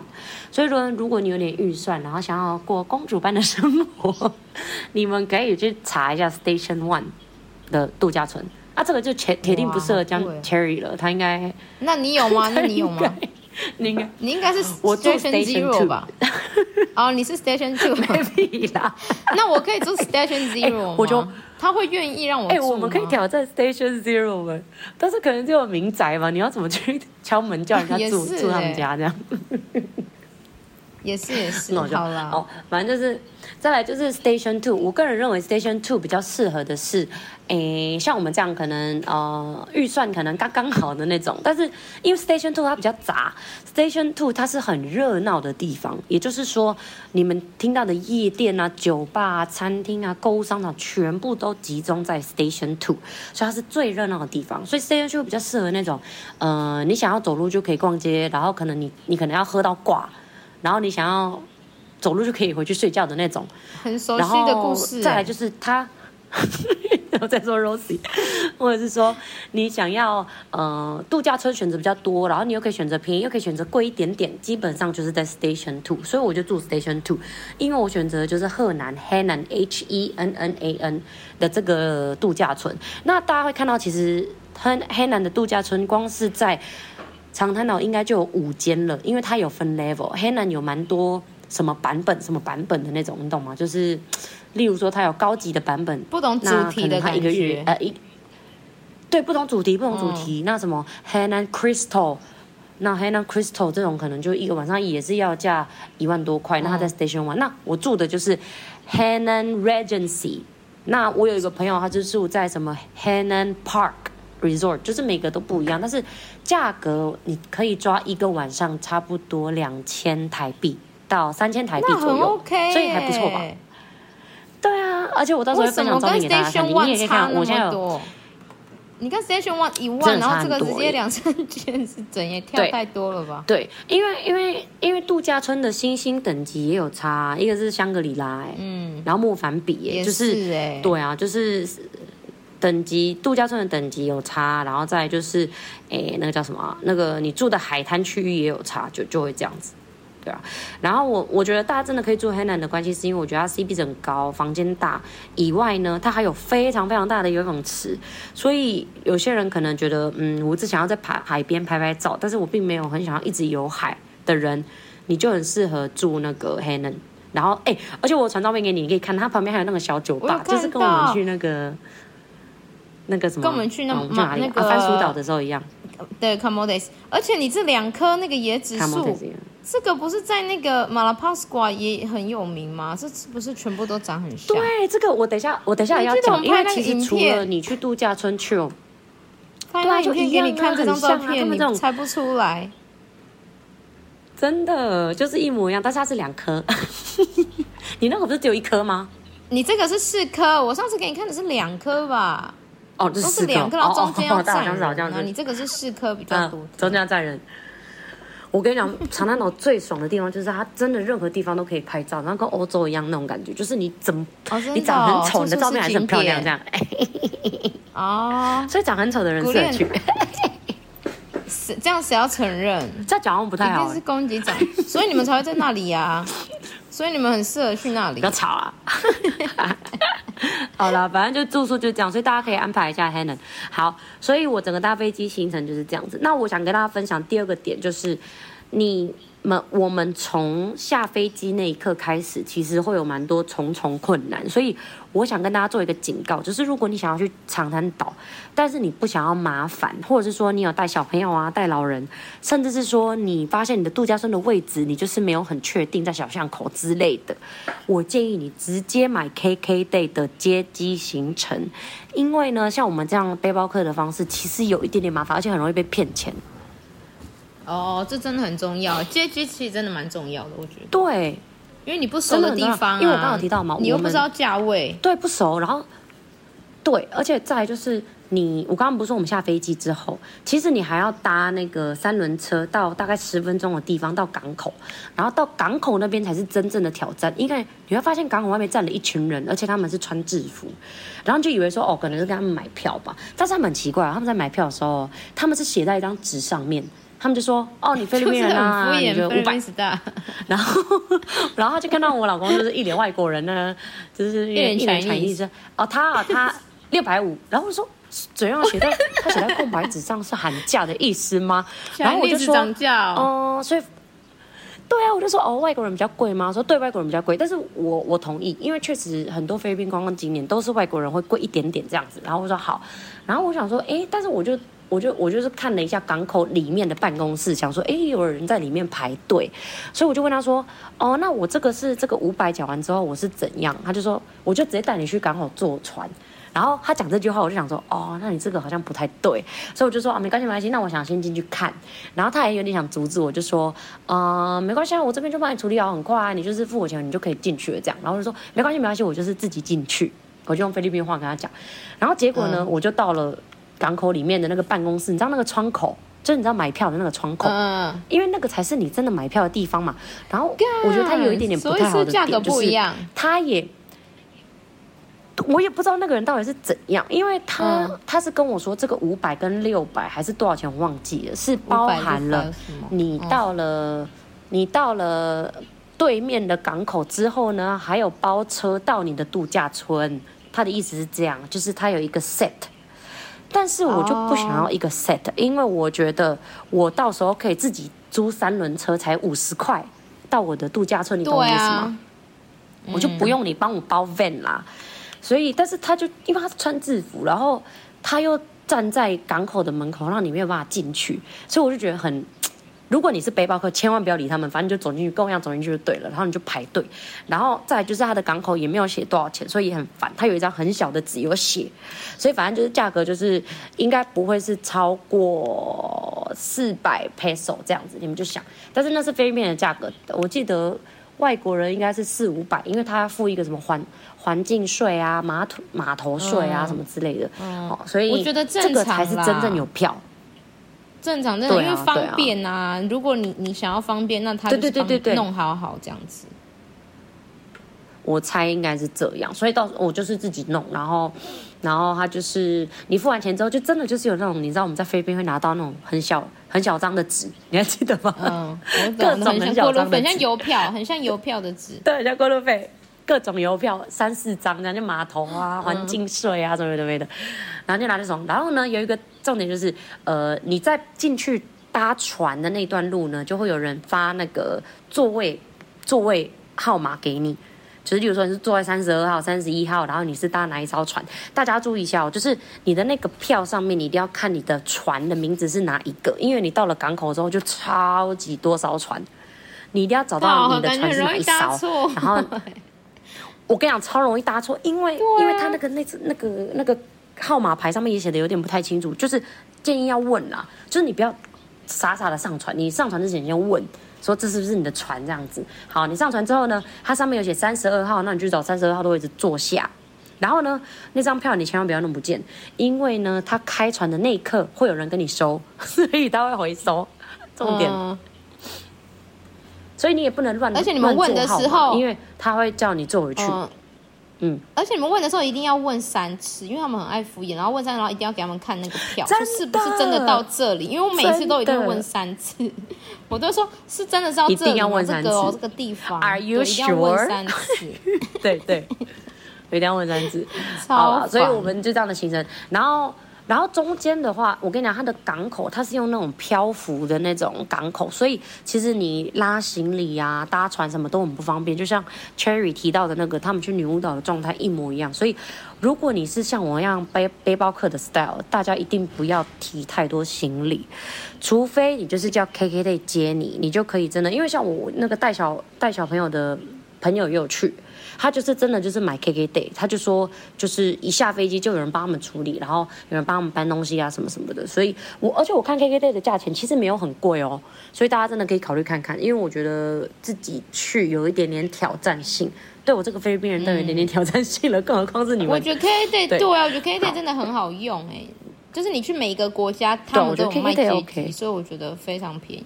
S1: 所以说，如果你有点预算，然后想要过公主般的生活， [LAUGHS] 你们可以去查一下 Station One 的度假村。啊，这个就铁铁定不适合江
S2: 好贵
S1: Cherry 了，他应该，
S2: 那你有
S1: [LAUGHS]
S2: 吗？那你有
S1: 他
S2: 吗
S1: 应？该？你应该
S2: 你应该是
S1: 我住
S2: Station
S1: Station
S2: Zero
S1: Two [LAUGHS]
S2: 吧？哦，你是 Station Two，
S1: 屁啦！
S2: 那我可以住 Station Zero 吗？
S1: 哎我就
S2: 他会愿意让我
S1: 哎、
S2: 住
S1: 我们可以
S2: 吗
S1: 挑
S2: [LAUGHS]
S1: 战 Station Zero 吗？但是可能只有民宅嘛，你要怎么去敲门叫人家
S2: [LAUGHS] 也
S1: 住
S2: 是
S1: 住他们
S2: 欸
S1: 家这样？
S2: 也是也是，
S1: 那我就
S2: 好啦，
S1: 哦，反正就是再来就是 Station Two，我个人认为 Station Two 比较适合的是，诶，像我们这样可能呃预算可能刚刚好的那种，但是因为 Station Two 它比较杂，Station Two 它是很热闹的地方，也就是说你们听到的夜店啊、酒吧啊、餐厅啊、购物商场全部都集中在 Station Two，所以它是最热闹的地方，所以 Station Two 比较适合那种，呃，你想要走路就可以逛街，然后可能你你可能要喝到挂。然后你想要走路就可以回去睡觉的那种。
S2: 很熟
S1: 然
S2: 悉
S1: 后
S2: 的故事。
S1: 再来就是他， [LAUGHS] 我在说 Rosie，或者是说你想要呃度假村选择比较多，然后你又可以选择便宜，又可以选择贵一点点，基本上就是在 Station Two，所以我就住 Station Two，因为我选择就是赫南 Henan H E N N A N 的这个度假村。那大家会看到，其实黑黑南的度假村光是在长滩岛应该就有五间了，因为它有分 level。黑南有蛮多什么版本、什么版本的那种，你懂吗？就是例如说，它有高级的版本，
S2: 不哦懂主
S1: 那可
S2: 题
S1: 能
S2: 的
S1: 它
S2: 感
S1: 一个月
S2: 觉，嗯
S1: 呃一对不同主题、不同主题，那什么黑南 Crystal。那 Hannah Crystal 这种可能就一个晚上也是要价一万多块，那
S2: 嗯
S1: 他在 Station One，、那我住的就是 Hannah Regency，那我有一个朋友，他就住在什么 Henan Park Resort，就是每个都不一样，但是价格你可以抓一个晚上差不多两千台币到三千台币
S2: 那
S1: 左
S2: 很
S1: 右
S2: OK，
S1: 所以还不错吧？？对啊，而且我到时候
S2: 为
S1: 会
S2: 什
S1: 分
S2: 么
S1: 享照
S2: 跟
S1: 片给大家
S2: Station
S1: 看，你们也
S2: One
S1: 可以
S2: 差
S1: 看。
S2: 那
S1: 我现在
S2: 么
S1: 有
S2: 多？你看 Station One 一
S1: 真
S2: 万，
S1: 的
S2: 然
S1: 差
S2: 后这
S1: 很
S2: 个
S1: 多
S2: 直
S1: 耶
S2: 接两三千是整也跳
S1: 对
S2: 太多了吧？
S1: 对，因为因为因为度假村的星星等级也有差啊，一个是香格里拉、欸，
S2: 嗯，
S1: 然后莫凡比、欸，
S2: 也
S1: 就是
S2: 哎、
S1: 对啊，就是等级度假村的等级有差，然后再来就是，诶，那个叫什么啊、那个你住的海滩区域也有差，就就会这样子，对啊。然后我我觉得大家真的可以住黑南的关系，是因为我觉得它 CP 值很高，房间大以外呢，它还有非常非常大的游泳池，所以有些人可能觉得，嗯，我只想要在海海边拍拍照，但是我并没有很想要一直游海的人，你就很适合住那个黑南。然后，哎、而且我传照片给你，你可以看，它旁边还有那个小酒
S2: 我有
S1: 吧，
S2: 看
S1: 就是跟我们
S2: 到
S1: 去那个那个什么，
S2: 跟我们去那
S1: 啊我们去哪里啊
S2: 那个
S1: 啊番薯岛的时候一样，
S2: 对 c o m m o d e s 而且你这两棵那个椰子
S1: 看摩天
S2: 树，
S1: 一样。
S2: 这个不是在那个马拉帕斯瓜也很有名吗？这是不是全部都长很像？
S1: 对，啊这个我等一下，我等一下也要
S2: 你记得我
S1: 讲，
S2: 们
S1: 因为
S2: 拍那个
S1: 其实
S2: 影
S1: 除
S2: 片
S1: 了你去度假村去哦，
S2: 拍
S1: 对啊
S2: 那
S1: 就
S2: 影片
S1: 一
S2: 给
S1: 样
S2: 你
S1: 啊
S2: 看这张
S1: 很
S2: 照
S1: 像啊他
S2: 片，
S1: 们这种
S2: 你猜不出来。
S1: 真的就是一模一样，但是它是两颗， [LAUGHS] 你那个不是只有一颗吗？
S2: 你这个是四颗，我上次给你看的是两颗吧？
S1: 哦，这是
S2: 都是
S1: 四颗
S2: 两颗，然后中间
S1: 哦哦
S2: 要
S1: 哦对好像
S2: 站人，
S1: 是好像
S2: 然后
S1: 是
S2: 你这个是四颗比较
S1: 嗯，
S2: 多。
S1: 中间站人。我跟你讲， [LAUGHS] 长滩岛最爽的地方就是它真的任何地方都可以拍照，然后跟欧洲一样那种感觉，就是你怎么、
S2: 哦，真的
S1: [LAUGHS]
S2: 哦
S1: 你长得很丑，你的
S2: 这
S1: 照片还是很漂亮，这
S2: 景点
S1: 样。哎、
S2: 哦。
S1: 所以长很丑的人
S2: 鼓
S1: 适
S2: 励
S1: 合去， [LAUGHS]
S2: 谁这样谁要承认？
S1: 这样讲好像不
S2: 一
S1: 太好、
S2: 定是
S1: 欸，
S2: 攻击长，所以你们才会在那里呀、所以你们很适合去那
S1: 不 [LAUGHS]
S2: 里
S1: 要。吵啊。好了，反正就住宿就这样，所以大家可以安排一下 Helen。好，所以我整个搭飞机行程就是这样子。那我想跟大家分享第二个点，就是你们我们从下飞机那一刻开始，其实会有蛮多重重困难，所以我想跟大家做一个警告，就是如果你想要去长滩岛，但是你不想要麻烦，或者是说你有带小朋友啊、带老人，甚至是说你发现你的度假村的位置你就是没有很确定，在小巷口之类的，我建议你直接买 KK Day 的接机行程，因为呢，像我们这样背包客的方式，其实有一点点麻烦，而且很容易被骗钱。
S2: 哦，这真的很重要，接机其实真的蛮重要的，我觉得，
S1: 对，
S2: 因为你不熟的地方、啊，
S1: 真的很重要因为我刚刚有提到嘛
S2: 你又
S1: 我
S2: 不
S1: 们
S2: 知道价位，
S1: 对不熟，然后对，而且再来就是你，我刚刚不是说我们下飞机之后，其实你还要搭那个三轮车到大概十分钟的地方到港口，然后到港口那边才是真正的挑战，因为你会发现港口外面站了一群人，而且他们是穿制服，然后就以为说哦，可能是跟他们买票吧，但是他们很奇怪，哦他们在买票的时候，他们是写在一张纸上面。他们就说：“哦，你菲律
S2: 就
S1: 宾
S2: 是
S1: 人
S2: 很
S1: 啊，
S2: 敷
S1: 你
S2: 衍。
S1: 就
S2: 菲
S1: 五
S2: 律
S1: 百
S2: 宾 star，
S1: 然后，然后他就看到我老公就是一脸外国人呢， [LAUGHS] 就是一脸
S2: 一
S1: 一
S2: 脸
S1: 脸
S2: Chinese
S1: 产意说，哦，他啊他六百五，然后我说怎样写在他写在空白纸上是喊价的意思
S2: [LAUGHS]
S1: 吗？ [LAUGHS] 然后我就
S2: 历史
S1: 说，
S2: 涨价、哦，
S1: 哦、所以。对啊，我就说哦，外国人比较贵吗？说对，外国人比较贵，但是我我同意，因为确实很多菲律宾观光景点都是外国人会贵一点点这样子。然后我说好，然后我想说，诶，但是我就我就我就是看了一下港口里面的办公室，想说，诶，有人在里面排队，所以我就问他说，哦，那我这个是这个五百缴完之后我是怎样？他就说，我就直接带你去港口坐船。然后他讲这句话，我就想说，哦，那你这个好像不太对，所以我就说啊，没关系，没关系，那我想先进去看。然后他也有点想阻止我，就说，呃，没关系，啊，我这边就帮你处理好，很快、啊，你就是付我钱，你就可以进去了这样。然后我就说没关系，没关系，我就是自己进去，我就用菲律宾话跟他讲。然后结果呢，
S2: 嗯
S1: 我就到了港口里面的那个办公室，你知道那个窗口，就是你知道买票的那个窗口。
S2: 嗯，
S1: 因为那个才是你真的买票的地方嘛，然后我觉得他有一点点不
S2: 所以
S1: 太好
S2: 是
S1: 的
S2: 价
S1: 点，
S2: 格不一样，
S1: 他也，我也不知道那个人到底是怎样，因为他、
S2: 嗯
S1: 他是跟我说这个五百跟六百还是多少钱，我忘记了，是包
S2: 500
S1: 含
S2: 就
S1: 了
S2: 是什么
S1: 你到了、你到了对面的港口之后呢，还有包车到你的度假村。他的意思是这样，就是他有一个 set。但是我就不想要
S2: 哦
S1: 一个 set，、因为我觉得我到时候可以自己租三轮车，才五十块到我的度假村，你懂我
S2: 对
S1: 意思吗？
S2: 啊，
S1: 我就不用你帮我包 van 啦。所以，但是他就因为他是穿制服，然后他又站在港口的门口，让你没有办法进去，所以我就觉得很。如果你是背包客，千万不要理他们，反正你就走进去，跟我一样走进去就对了。然后你就排队，然后再来就是他的港口也没有写多少钱，所以也很烦。他有一张很小的纸有写，所以反正就是价格就是应该不会是超过四百 peso 这样子，你们就想。但是那是菲律宾的价格，我记得外国人应该是四五百，因为他要付一个什么环环境税啊、码头码头税啊、
S2: 嗯
S1: 什么之类的，哦，所以
S2: 我觉得正
S1: 这个才是
S2: 常啦
S1: 真正有票。
S2: 正常正
S1: 对
S2: 常，
S1: 啊
S2: 因为方便啊。如果你你想要方便，那他
S1: 对对
S2: 就是
S1: 对
S2: 帮
S1: 对
S2: 你
S1: 对
S2: 弄好好这样
S1: [LAUGHS]
S2: 子。
S1: 我猜应该是这样，所以到我就是自己弄，然后，然后他就是你付完钱之后，就真的就是有那种你知道我们在菲律宾会拿到那种很小很小张的纸，你还记得吗？
S2: 嗯，我懂，
S1: 各种
S2: 很
S1: 很
S2: 像
S1: 小
S2: 过路
S1: 张的
S2: 很像
S1: 纸
S2: 邮票，很像邮票的纸。
S1: 对，叫过路费，各种邮票三四张，这样就码头
S2: 嗯
S1: 啊、环境税啊什么的没的，然后就拿那种。然后呢，有一个重点就是，呃，你在进去搭船的那段路呢，就会有人发那个座位座位号码给你。就是，例如说你是坐在三十二号、三十一号，然后你是搭哪一艘船？大家注意一下哦，就是你的那个票上面，你一定要看你的船的名字是哪一个，因为你到了港口之后就超级多艘船，你一定要找到
S2: 哦，
S1: 你的
S2: 感觉
S1: 船
S2: 很
S1: 是哪
S2: 容
S1: 一
S2: 易
S1: 艘。
S2: 搭错。
S1: 然
S2: [LAUGHS]
S1: 后我跟你讲，超容易搭错，因为、因为他那个那次那个那个号码牌上面也写的有点不太清楚，就是建议要问啦，就是你不要傻傻的上传，你上传之前先问。说这是不是你的船这样子？好，你上船之后呢，它上面有写三十二号，那你就找三十二号的位置坐下。然后呢，那张票你千万不要弄不见，因为呢，他开船的那一刻会有人跟你收， [LAUGHS] 所以他会回收。重点，
S2: 嗯
S1: 所以你也不能乱。
S2: 而且你们
S1: 乱
S2: 问的
S1: 坐号
S2: 时
S1: 码
S2: 候
S1: 因为他会叫你坐回去。
S2: 嗯
S1: 嗯
S2: 而且你们问的时候一定要问三次，因为他们很爱敷衍，然后问三次，然后一定要给他们看那个票，
S1: 真的
S2: 说是不是真的到这里？因为我每次都一定会问三次， [LAUGHS] 我都说是真的是到这
S1: 一定
S2: 里
S1: 要
S2: 吗，
S1: 问
S2: 这
S1: 三次
S2: 个哦，这个地方
S1: Are you
S2: 对一定要问
S1: sure？
S2: 三次，
S1: 对对，有一定要问三次。 [LAUGHS] 好
S2: 超
S1: 啦
S2: 烦
S1: 所以我们就这样的行程，然后。然后中间的话，我跟你讲，它的港口它是用那种漂浮的那种港口，所以其实你拉行李啊、搭船什么都很不方便。就像 Cherry 提到的那个，他们去女巫岛的状态一模一样。所以，如果你是像我一样背背包客的 style，大家一定不要提太多行李，除非你就是叫 KKday 接你，你就可以真的，因为像我那个带小带小朋友的朋友也有去，他就是真的就是买 KK day，他就说就是一下飞机就有人帮他们处理，然后有人帮他们搬东西啊什么什么的。所以我而且我看 KK day 的价钱其实没有很贵哦，所以大家真的可以考虑看看，因为我觉得自己去有一点点挑战性，对我这个菲律宾人都有一点点挑战性了，更何况是你
S2: 我
S1: 们。
S2: 觉得 K Day
S1: 对
S2: 对啊，我觉得 K Day 真的很好用哎、就是你去每一个国家，他
S1: 我
S2: 们
S1: 觉
S2: 都
S1: 得
S2: 有卖
S1: KKday
S2: 阶
S1: OK
S2: 梯，所以我觉得非常便宜。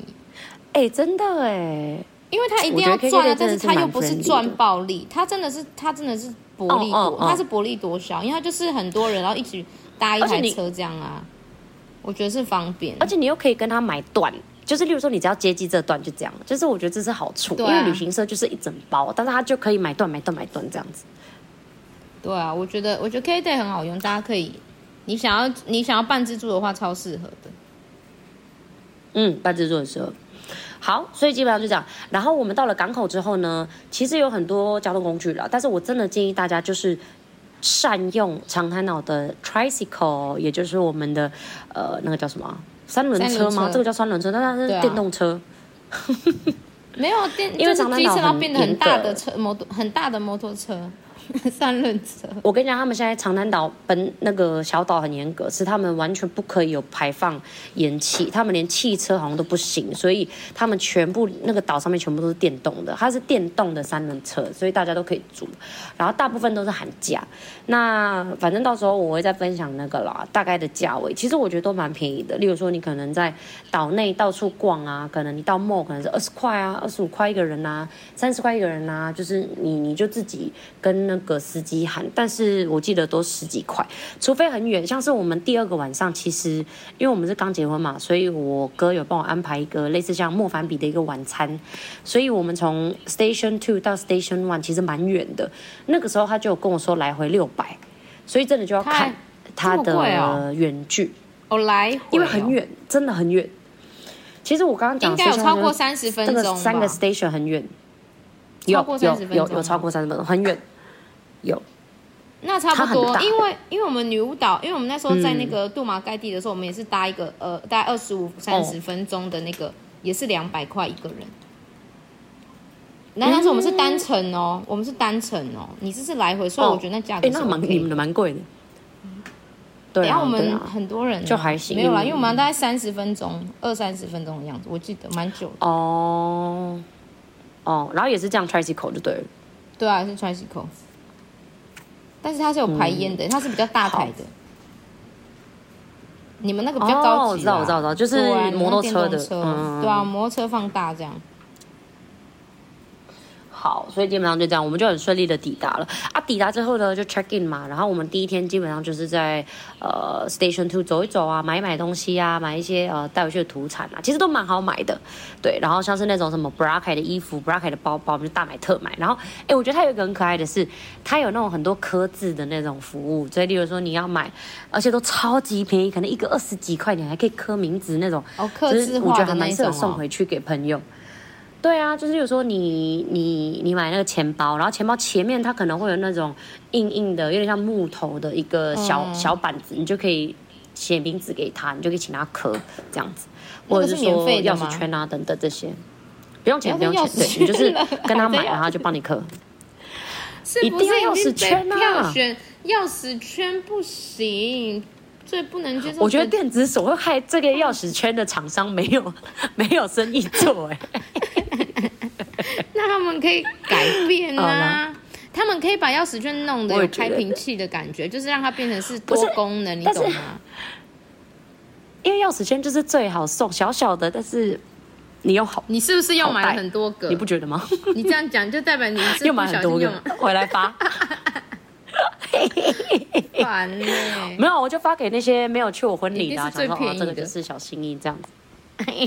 S1: 哎、真的哎，
S2: 因为他一定
S1: 我觉
S2: 要
S1: 得 KKday
S2: 赚啊，
S1: 真的
S2: 但是
S1: 是
S2: 他
S1: 蛮
S2: 又不是
S1: friendly
S2: 赚
S1: 的
S2: 暴利，他真的是他真的是薄利
S1: 哦哦
S2: 多，
S1: 哦
S2: 他是薄利多销，因为他就是很多人，然后一起搭一
S1: 而且
S2: 台
S1: 你
S2: 车这样啊，我觉得是方便
S1: 而。且你又可以跟他买断。就是，例如说，你只要接机这段就这样，就是我觉得这是好处，
S2: 对啊
S1: 因为旅行社就是一整包，但是他就可以买断、买断、买断这样子。
S2: 对啊，我觉得我觉得 K Day 很好用，大家可以，你想要你想要办自助的话，超适合的。
S1: 嗯，半自助的时候。好，所以基本上就这样。然后我们到了港口之后呢，其实有很多交通工具了，但是我真的建议大家就是善用长滩岛的 tricycle，也就是我们的呃那个叫什么啊三轮车
S2: 三
S1: 吗？
S2: 轮车
S1: 这个叫三轮车，但它是
S2: 对啊
S1: 电动车。
S2: 没有电，
S1: 因为
S2: 就是
S1: 长滩
S2: 机
S1: 岛
S2: 车，然后
S1: 很
S2: 变得很大的
S1: 严格
S2: 车摩托，很大的摩托车， [LAUGHS] 三轮车。
S1: 我跟你讲，他们现在长滩岛本那个小岛很严格，是他们完全不可以有排放烟气，他们连汽车好像都不行，所以他们全部那个岛上面全部都是电动的，它是电动的三轮车，所以大家都可以租，然后大部分都是喊价。那反正到时候我会再分享那个啦，大概的价位，其实我觉得都蛮便宜的。例如说，你可能在岛内到处逛啊，可能你到 mall 可能是二十块啊，二十五块一个人啊，三十块一个人啊，就是你你就自己跟那个司机喊，但是我记得都十几块，除非很远，像是我们第二个晚上，其实因为我们是刚结婚嘛，所以我哥有帮我安排一个类似像莫凡比的一个晚餐，所以我们从 Station Two 到 Station One 其实蛮远的，那个时候他就有跟我说来回六百，所以真的就要看
S2: 太
S1: 他
S2: 这么贵
S1: 的
S2: 哦
S1: 远距。
S2: 哦，来回哦，
S1: 因为很远，真的很远。其实我刚刚讲
S2: 应该有
S1: station
S2: 超过
S1: 就是
S2: 三十分
S1: 这
S2: 钟
S1: 个
S2: 吧。
S1: 三个 station 很远，
S2: 超
S1: 有
S2: 过
S1: 有
S2: 30分钟
S1: 有有
S2: 吗
S1: 超过三十分钟，很远，有
S2: 那差不
S1: 差很
S2: 多
S1: 大，嗯
S2: 因为因为我们女巫岛，因为我们那时候在那个杜马盖地的时候，我们也是搭一个呃，大概二十五三十分钟的那个，也是两百块一个人。那但是我们是单程哦，我们是单程哦，你这是来回，所以
S1: 哦
S2: 我觉得那价
S1: 哎、
S2: 格是
S1: 那
S2: OK
S1: 蛮你们的蛮贵的。
S2: 嗯
S1: 对
S2: 然
S1: 啊，
S2: 后我
S1: 对
S2: 们
S1: 啊
S2: 很多人啊
S1: 就还行
S2: 没有啦，因为我们大概三十分钟，二三十分钟的样子，我记得蛮久的。
S1: 哦，哦，然后也是这样 Tricycle 就对了。
S2: 对啊，是 tricycle，但是它是有排烟
S1: 嗯
S2: 的，它是比较大台的。你们那个比较
S1: 哦
S2: 高级啦、啊
S1: 我知道我知道我知道就是
S2: 对啊你们
S1: 摩托
S2: 电
S1: 车
S2: 动
S1: 的
S2: 车
S1: 嗯
S2: 对啊，摩托车放大这样。
S1: 好，所以基本上就这样，我们就很顺利的抵达了啊。抵达之后呢，就 check in 嘛，然后我们第一天基本上就是在呃 station two 走一走啊，买一买东西啊，买一些呃带回去的土产啊，其实都蛮好买的。对，然后像是那种什么 Braca 的衣服、Braca 的包包，我们就大买特买。然后，哎，我觉得它有一个很可爱的是，它有那种很多刻字的那种服务，所以例如说你要买，而且都超级便宜，可能一个二十几块，你还可以刻名字那种。
S2: 哦，刻
S1: 就是
S2: 字
S1: 我觉
S2: 化
S1: 得
S2: 的
S1: 还
S2: 那
S1: 蛮
S2: 一
S1: 适合
S2: 种、
S1: 送
S2: 哦。
S1: 回去给朋友。对啊，就是有时候你你你买那个钱包，然后钱包前面它可能会有那种硬硬的，有点像木头的一个小、
S2: 嗯
S1: 小板子，你就可以写名字给他，你就可以请他刻这样子，
S2: 那
S1: 或
S2: 个
S1: 者说
S2: 是免费的
S1: 钥
S2: 吗
S1: 匙圈啊等等这些，不用钱
S2: 要
S1: 不用
S2: 跟
S1: 钱
S2: 钥，匙
S1: 对你就是
S2: 圈啊
S1: 跟他
S2: 还
S1: 买，
S2: 要
S1: 然后他就帮你刻。
S2: 是
S1: 一
S2: 不
S1: 定
S2: 是
S1: 要钥
S2: 已
S1: 匙
S2: 经被
S1: 圈啊
S2: 票选钥匙圈不行，最不能接受的。
S1: 我觉得电子锁会害这个钥匙圈的厂商没有没有生意做哎、
S2: 那他们可以改变
S1: 好
S2: 啊
S1: 啦，
S2: 他们可以把钥匙圈弄得
S1: 我
S2: 有
S1: 也觉
S2: 开
S1: 得
S2: 瓶器的感觉，就是让它变成是
S1: 不
S2: 多
S1: 是
S2: 功能，你
S1: 但是
S2: 懂吗？
S1: 因为钥匙圈就是最好送，小小的，但是你又好，
S2: 你是不是又
S1: 好
S2: 买了
S1: 带
S2: 很多个？
S1: 你不觉得吗？ [LAUGHS]
S2: 你这样讲就代表你是
S1: 又
S2: 不
S1: 买
S2: 小
S1: 很
S2: 心
S1: 多
S2: 用
S1: 个
S2: 了，
S1: 回来
S2: [LAUGHS]
S1: 发。哎
S2: 烦呢、
S1: 没有，我就发给那些没有去我婚
S2: 一
S1: 礼
S2: 定
S1: 的、啊，
S2: 是最
S1: 想说
S2: 便宜
S1: 哦，这个
S2: 的
S1: 就是小心意这样子。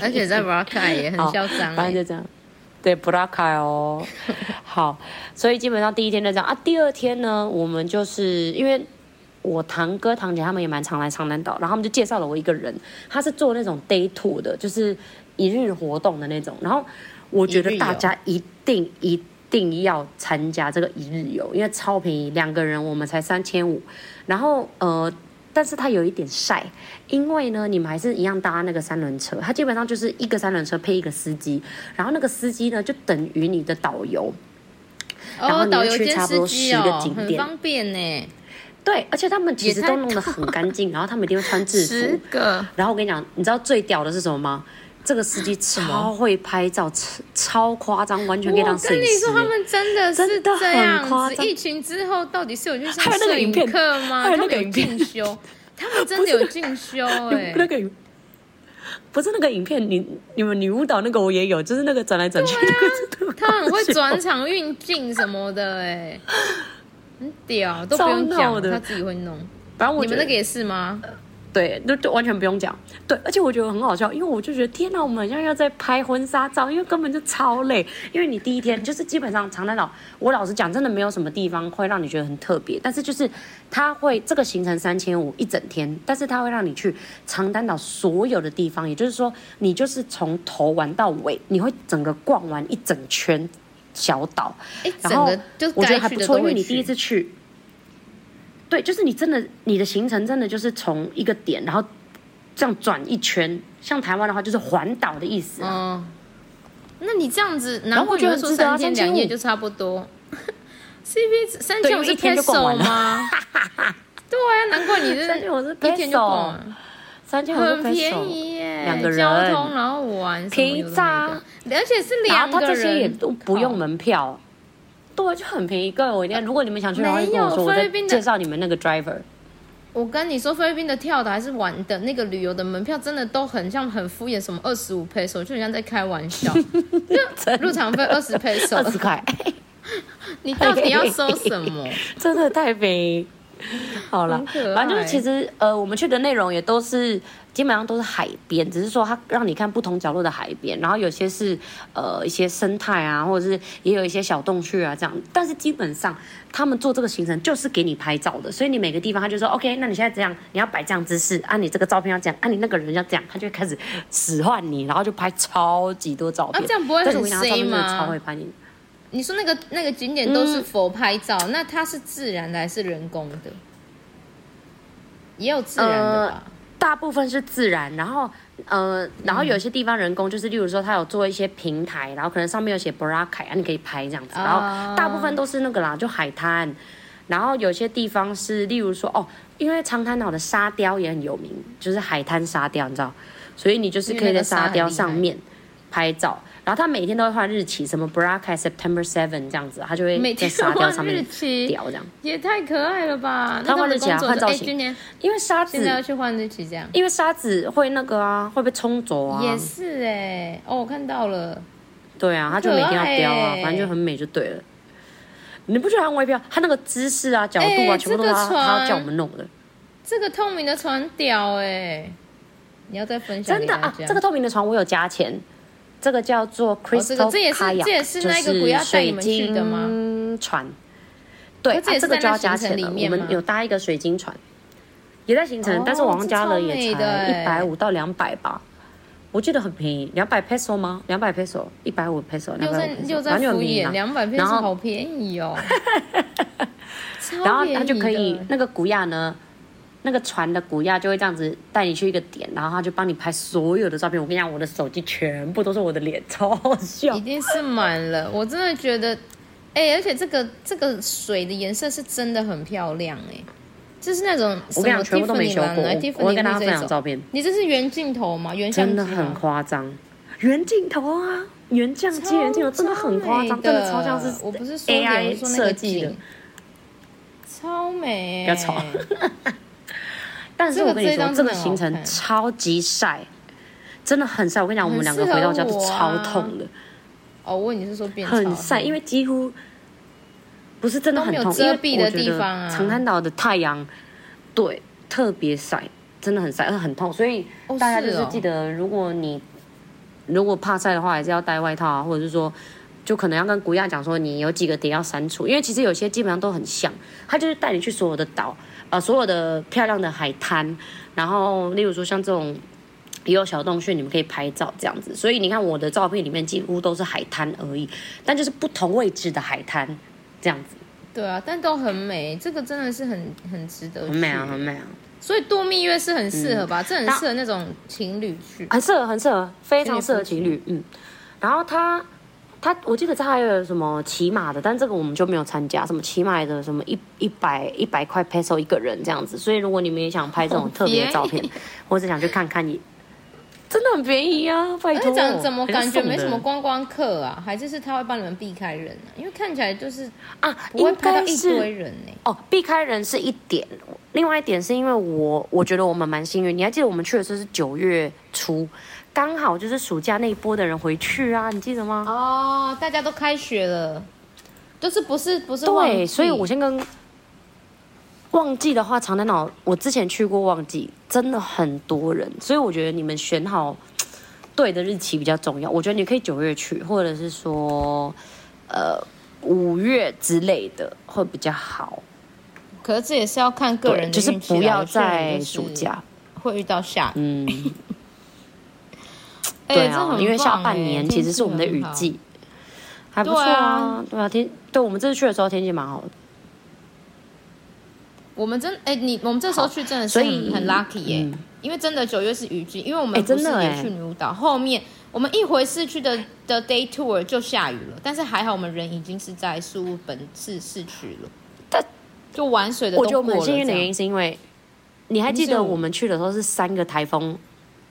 S2: 而且在 Rock 也很
S1: 好
S2: 嚣张、
S1: 反正
S2: 欸，
S1: 就这样。对，布拉卡
S2: [LAUGHS]
S1: 哦，好，所以基本上第一天就这样啊。第二天呢，我们就是因为我堂哥堂姐他们也蛮常来长南岛，然后他们就介绍了我一个人，他是做那种 day tour 的，就是一日活动的那种。然后我觉
S2: 一日
S1: 得
S2: 游
S1: 大家一定一定要参加这个一日游，因为超便宜，两个人我们才三千五。然后呃，但是它有一点晒，因为呢，你们还是一样搭那个三轮车，它基本上就是一个三轮车配一个司机，然后那个司机呢就等于你的导游，然后
S2: 哦，
S1: 你
S2: 导
S1: 就
S2: 游
S1: 去
S2: 兼
S1: 差不
S2: 司
S1: 多
S2: 机
S1: 10个
S2: 哦
S1: 景，
S2: 很
S1: 点
S2: 方便呢、
S1: 对，而且他们其
S2: 也
S1: 实
S2: 太
S1: 都弄得很干净，然后他们一定会穿制
S2: 十
S1: 服。
S2: 个
S1: 然后我跟你讲，你知道最屌的是什么吗？这个司机超会拍照，超超夸张，完全可以当
S2: 我
S1: 摄
S2: 跟
S1: 影
S2: 你
S1: 师
S2: 说，他
S1: 欸。
S2: 们真的是
S1: 真的
S2: 这样
S1: 很夸
S2: 子。
S1: 张
S2: 疫情之后到底是有去上
S1: 还有那个
S2: 摄影
S1: 影片
S2: 课吗？
S1: 还
S2: 他
S1: 有
S2: 们
S1: 那个
S2: 有
S1: 影片
S2: 进修，
S1: [LAUGHS]
S2: 他们真的有进修哎、
S1: 那个影不是那个影片，你你们女舞蹈那个我也有，就是那个转来转去那个真的
S2: 啊他很会
S1: 搞笑
S2: 转场运镜什么的哎、很屌，都不
S1: [LAUGHS]
S2: 用
S1: 超
S2: 讲
S1: 闹
S2: 了，
S1: 的
S2: 他自己会弄。
S1: 反正我
S2: 你
S1: 觉
S2: 们
S1: 得
S2: 那个也是吗？
S1: 对，那就完全不用讲。对，而且我觉得很好笑，因为我就觉得天哪，啊我们好像要在拍婚纱照，因为根本就超累。因为你第一天就是基本上长滩岛，我老实讲，真的没有什么地方会让你觉得很特别。但是就是它会这个行程三千五一整天，但是它会让你去长滩岛所有的地方，也就是说你就是从头玩到尾，你会整个逛完一整圈小岛。
S2: 哎、
S1: 然
S2: 整
S1: 后
S2: 个就
S1: 我觉得
S2: 该
S1: 还
S2: 去
S1: 不
S2: 的
S1: 错，
S2: 都
S1: 因为
S2: 会
S1: 你第一
S2: 去。
S1: 次去，对，就是你真的你的行程真的就是从一个点，然后这样转一圈。像台湾的话，就是环岛的意思啊、
S2: 嗯，那你这样子，
S1: 后
S2: 难
S1: 我
S2: 怪你
S1: 觉得
S2: 会
S1: 很
S2: 说
S1: 值得
S2: 三
S1: 啊
S2: 天
S1: 3500
S2: 两夜就差
S1: [LAUGHS]
S2: 不多。CP 三
S1: 对
S2: 千
S1: 因
S2: 五
S1: 为
S2: 是
S1: 一天就逛
S2: peso
S1: 完了
S2: 吗？ [LAUGHS] 对啊，难怪你
S1: 三千
S2: 这
S1: 五是
S2: 一天就逛
S1: peso，
S2: 完，
S1: 三千五是
S2: 很
S1: peso，
S2: 便宜耶，
S1: 两个人
S2: 交通然后玩什么有的没的
S1: 披萨，
S2: 而且是
S1: 然
S2: 两
S1: 后它
S2: 个
S1: 这些也
S2: 人，
S1: 都不用
S2: 靠
S1: 门票，对，啊就很便宜。各位，我一定要，如果你们想去的话，
S2: 没
S1: 就跟我
S2: 有
S1: 说，我
S2: 菲
S1: 再
S2: 律宾的
S1: 介绍你们那个 driver。
S2: 我跟你说，菲律宾的跳的还是玩的那个旅游的门票，真的都很像很敷衍，什么二十五 peso，就很像在开
S1: [LAUGHS]
S2: 玩笑。就入场费二十 peso，
S1: 二十块，
S2: 你到底要
S1: [LAUGHS]
S2: 收什么？
S1: 真的太便宜。好了
S2: 很可，爱
S1: 反正就是其实呃，我们去的内容也都是基本上都是海边，只是说它呃让你看不同角落的海边，然后有些是呃一些生态啊，或者是也有一些小洞穴啊这样。但是基本上他们做这个行程就是给你拍照的，所以你每个地方他就说 OK，那你现在这样，你要摆这样姿势，啊你这个照片要这样，啊你那个人要这样，他就会开始使唤你，然后就拍超级多照片。
S2: 啊这样不会
S1: 但是
S2: 很
S1: 我跟你讲他们
S2: C
S1: 真的
S2: 吗
S1: 超会拍嗯你。
S2: 你说那个那个景点都是佛拍照，那它是自然的还是人工的？也有自然的吧？
S1: 大部分是自然，然后呃，然后有些地方人工，就是例如说它有做一些平台，然后可能上面有写 b r a k 啊，你可以拍这样子，然
S2: 啊
S1: 后大部分都是那个啦，就海滩，然后有些地方是例如说哦，因为长滩岛的沙雕也很有名，就是海滩沙雕，你知道，所以你就是可以在沙雕上面拍照。然后他每天都会换日期，什么 Bracket September Seven 这样子，他就会呃
S2: 每
S1: 在
S2: 天
S1: 沙雕上
S2: 换日
S1: 面
S2: 期，
S1: 雕这样。
S2: 也太可爱了吧！
S1: 他换日期啊
S2: 那们工作
S1: 换造
S2: 哎
S1: 型
S2: 今年
S1: 因为沙
S2: 现在要
S1: 子，
S2: 去换日期这样。
S1: 因为沙子会那个啊，会被冲走啊。
S2: 也是哎、哦，我看到了，
S1: 对啊，他就每天要雕啊
S2: 很可爱，
S1: 反正就很美就对了。你不觉得他很外表？他那个姿势啊、角度啊，
S2: 哎
S1: 全部都是他
S2: 这个
S1: 他
S2: 船
S1: 叫我们弄的。
S2: 这个透明的船屌哎、你要再分享
S1: 真的
S2: 给大家。
S1: 啊，这个透明的船我有加钱，这个叫做 Crystal
S2: 哦这个这也是
S1: Kayak，
S2: 这也是那个
S1: 就是
S2: 不要带你
S1: 水
S2: 们去的吗
S1: 晶船。对，
S2: 可
S1: 啊
S2: 这也是
S1: 这个
S2: 在
S1: 就
S2: 那
S1: 要加
S2: 行
S1: 钱了。
S2: 程里
S1: 我
S2: 面
S1: 们
S2: 吗
S1: 有搭一个水晶船，也在行程，
S2: 哦
S1: 但是我好像加了也
S2: 这超美的
S1: 才一百
S2: 欸
S1: 五到两百吧。我记得很便宜，两百 peso 吗？两百 peso，一百五 peso，两
S2: 又
S1: 百
S2: 在
S1: 五
S2: 又
S1: peso，
S2: 在
S1: 反正
S2: 敷
S1: 很便宜
S2: 衍，
S1: 啊。
S2: 两百片
S1: 然
S2: 是
S1: 后
S2: 好便宜哦，
S1: [LAUGHS]
S2: 超
S1: 然后
S2: 便宜
S1: 他就可以
S2: 的
S1: 那个古亚呢，那个船的古亚就会这样子带你去一个点，然后他就帮你拍所有的照片。我跟你讲，我的手机全部都是我的脸， [LAUGHS] 超好笑
S2: 一。定是满了。我真的觉得，哎、而且这个这个水的颜色是真的很漂亮哎、就是那种
S1: 我
S2: 什
S1: 跟你讲，
S2: 么
S1: 全部都没
S2: Tiffany
S1: 修
S2: 蓝
S1: 过，我
S2: 啊
S1: 我会
S2: ，Tiffany
S1: 跟大家
S2: 绿
S1: 分
S2: 这
S1: 享
S2: 种
S1: 照片，
S2: 你这是圆镜头吗？原相
S1: 真
S2: 机
S1: 的
S2: 吗
S1: 很夸张。原镜头啊，原相机，
S2: 超
S1: 原镜头真的很夸
S2: 美
S1: 张，
S2: 的
S1: 真的超像是
S2: 我不是说脸，我
S1: AI
S2: 是说那个
S1: 设计的
S2: 景。，超美、欸。
S1: 不要吵但是
S2: 这个
S1: 我跟你
S2: 这
S1: 说
S2: 张，
S1: 这
S2: 真
S1: 个
S2: 的很
S1: 行
S2: 好
S1: 程
S2: 看
S1: 超级晒，真的很晒。我跟你讲，我们
S2: 很
S1: 两个
S2: 适合
S1: 回到家都
S2: 我
S1: 超
S2: 啊
S1: 痛的。
S2: 哦，我问你是说变
S1: 很晒，因
S2: 为
S1: 为几乎不是真的很
S2: 都没
S1: 痛
S2: 有，遮蔽
S1: 因为我
S2: 的
S1: 觉
S2: 地
S1: 得
S2: 方啊
S1: 长滩岛的太阳对特别晒，真的很晒，而且很痛，所以
S2: 哦
S1: 大家
S2: 是
S1: 就是
S2: 哦
S1: 记得，如果你如果怕晒的话，还是要带外套啊，或者是说。就可能要跟古亚讲说，你有几个点要删除，因为其实有些基本上都很像，他就是带你去所有的岛，呃，所有的漂亮的海滩，然后例如说像这种也有小洞穴，你们可以拍照这样子。所以你看我的照片里面几乎都是海滩而已，但就是不同位置的海滩这样子，
S2: 对啊，但都很美，这个真的是很很值得，
S1: 很美啊，嗯很。美啊，
S2: 所以度蜜月是很适合吧？这很适合那种情侣去。
S1: 很适合，很适合，非常适合情侣，嗯。然后他他我记得他还有什么骑马的，但这个我们就没有参加，什么骑马的什么一一百一百块 peso 一个人这样子。所以如果你们也想拍这种特别的照
S2: 便
S1: 片，或者想去看看也。真的很便宜啊！拜
S2: 而
S1: 托
S2: 且，讲怎么
S1: 很
S2: 感觉
S1: 爽
S2: 没什
S1: 的
S2: 么观光客啊？还是是他会帮你们避开人啊？因为看起来就是
S1: 啊？
S2: 不会
S1: 应
S2: 拍到
S1: 该
S2: 一
S1: 是
S2: 堆人呢、
S1: 哦，避开人是一点，另外一点是因为我我觉得我们蛮幸运。你还记得我们去的时候是九月初，刚好就是暑假那一波的人回去啊，你记得吗？
S2: 哦，大家都开学了，就是不是不是旺季
S1: 对，所以我先跟旺季的话，长滩岛我之前去过旺季，真的很多人，所以我觉得你们选好对的日期比较重要。我觉得你可以九月去，或者是说呃五月之类的会比较好。
S2: 可是这也是要看个
S1: 对
S2: 人的
S1: 就是
S2: 运气
S1: 不
S2: 啦
S1: 要
S2: 有些人
S1: 在
S2: 就是
S1: 暑假，
S2: 会遇到下雨，
S1: 嗯。
S2: [LAUGHS] 哎
S1: 对
S2: 这
S1: 啊，
S2: 很
S1: 因为下
S2: 棒
S1: 半
S2: 哎
S1: 年其
S2: 天
S1: 实是
S2: 气
S1: 我们的
S2: 很
S1: 雨
S2: 好
S1: 季，还不
S2: 对
S1: 错
S2: 啊
S1: 啊。对啊，天，对我们这次去的时候天气蛮好的。
S2: 我们真哎、你我们这时候去真的是
S1: 所
S2: 很
S1: 以嗯
S2: 很 lucky 耶、因为真的九月是雨季，因为我们
S1: 哎
S2: 不
S1: 真
S2: 是
S1: 的
S2: 也
S1: 哎
S2: 去女舞岛，后面我们一回市区的的 day tour 就下雨了，但是还好我们人已经是在宿务本市市区了，
S1: 但
S2: 就玩水的
S1: 我觉得
S2: 都
S1: 我们很
S2: 过了
S1: 幸
S2: 这
S1: 运的原
S2: 样。
S1: 因是因为，你还记
S2: 你是
S1: 得
S2: 我
S1: 我们去的时候是三个台风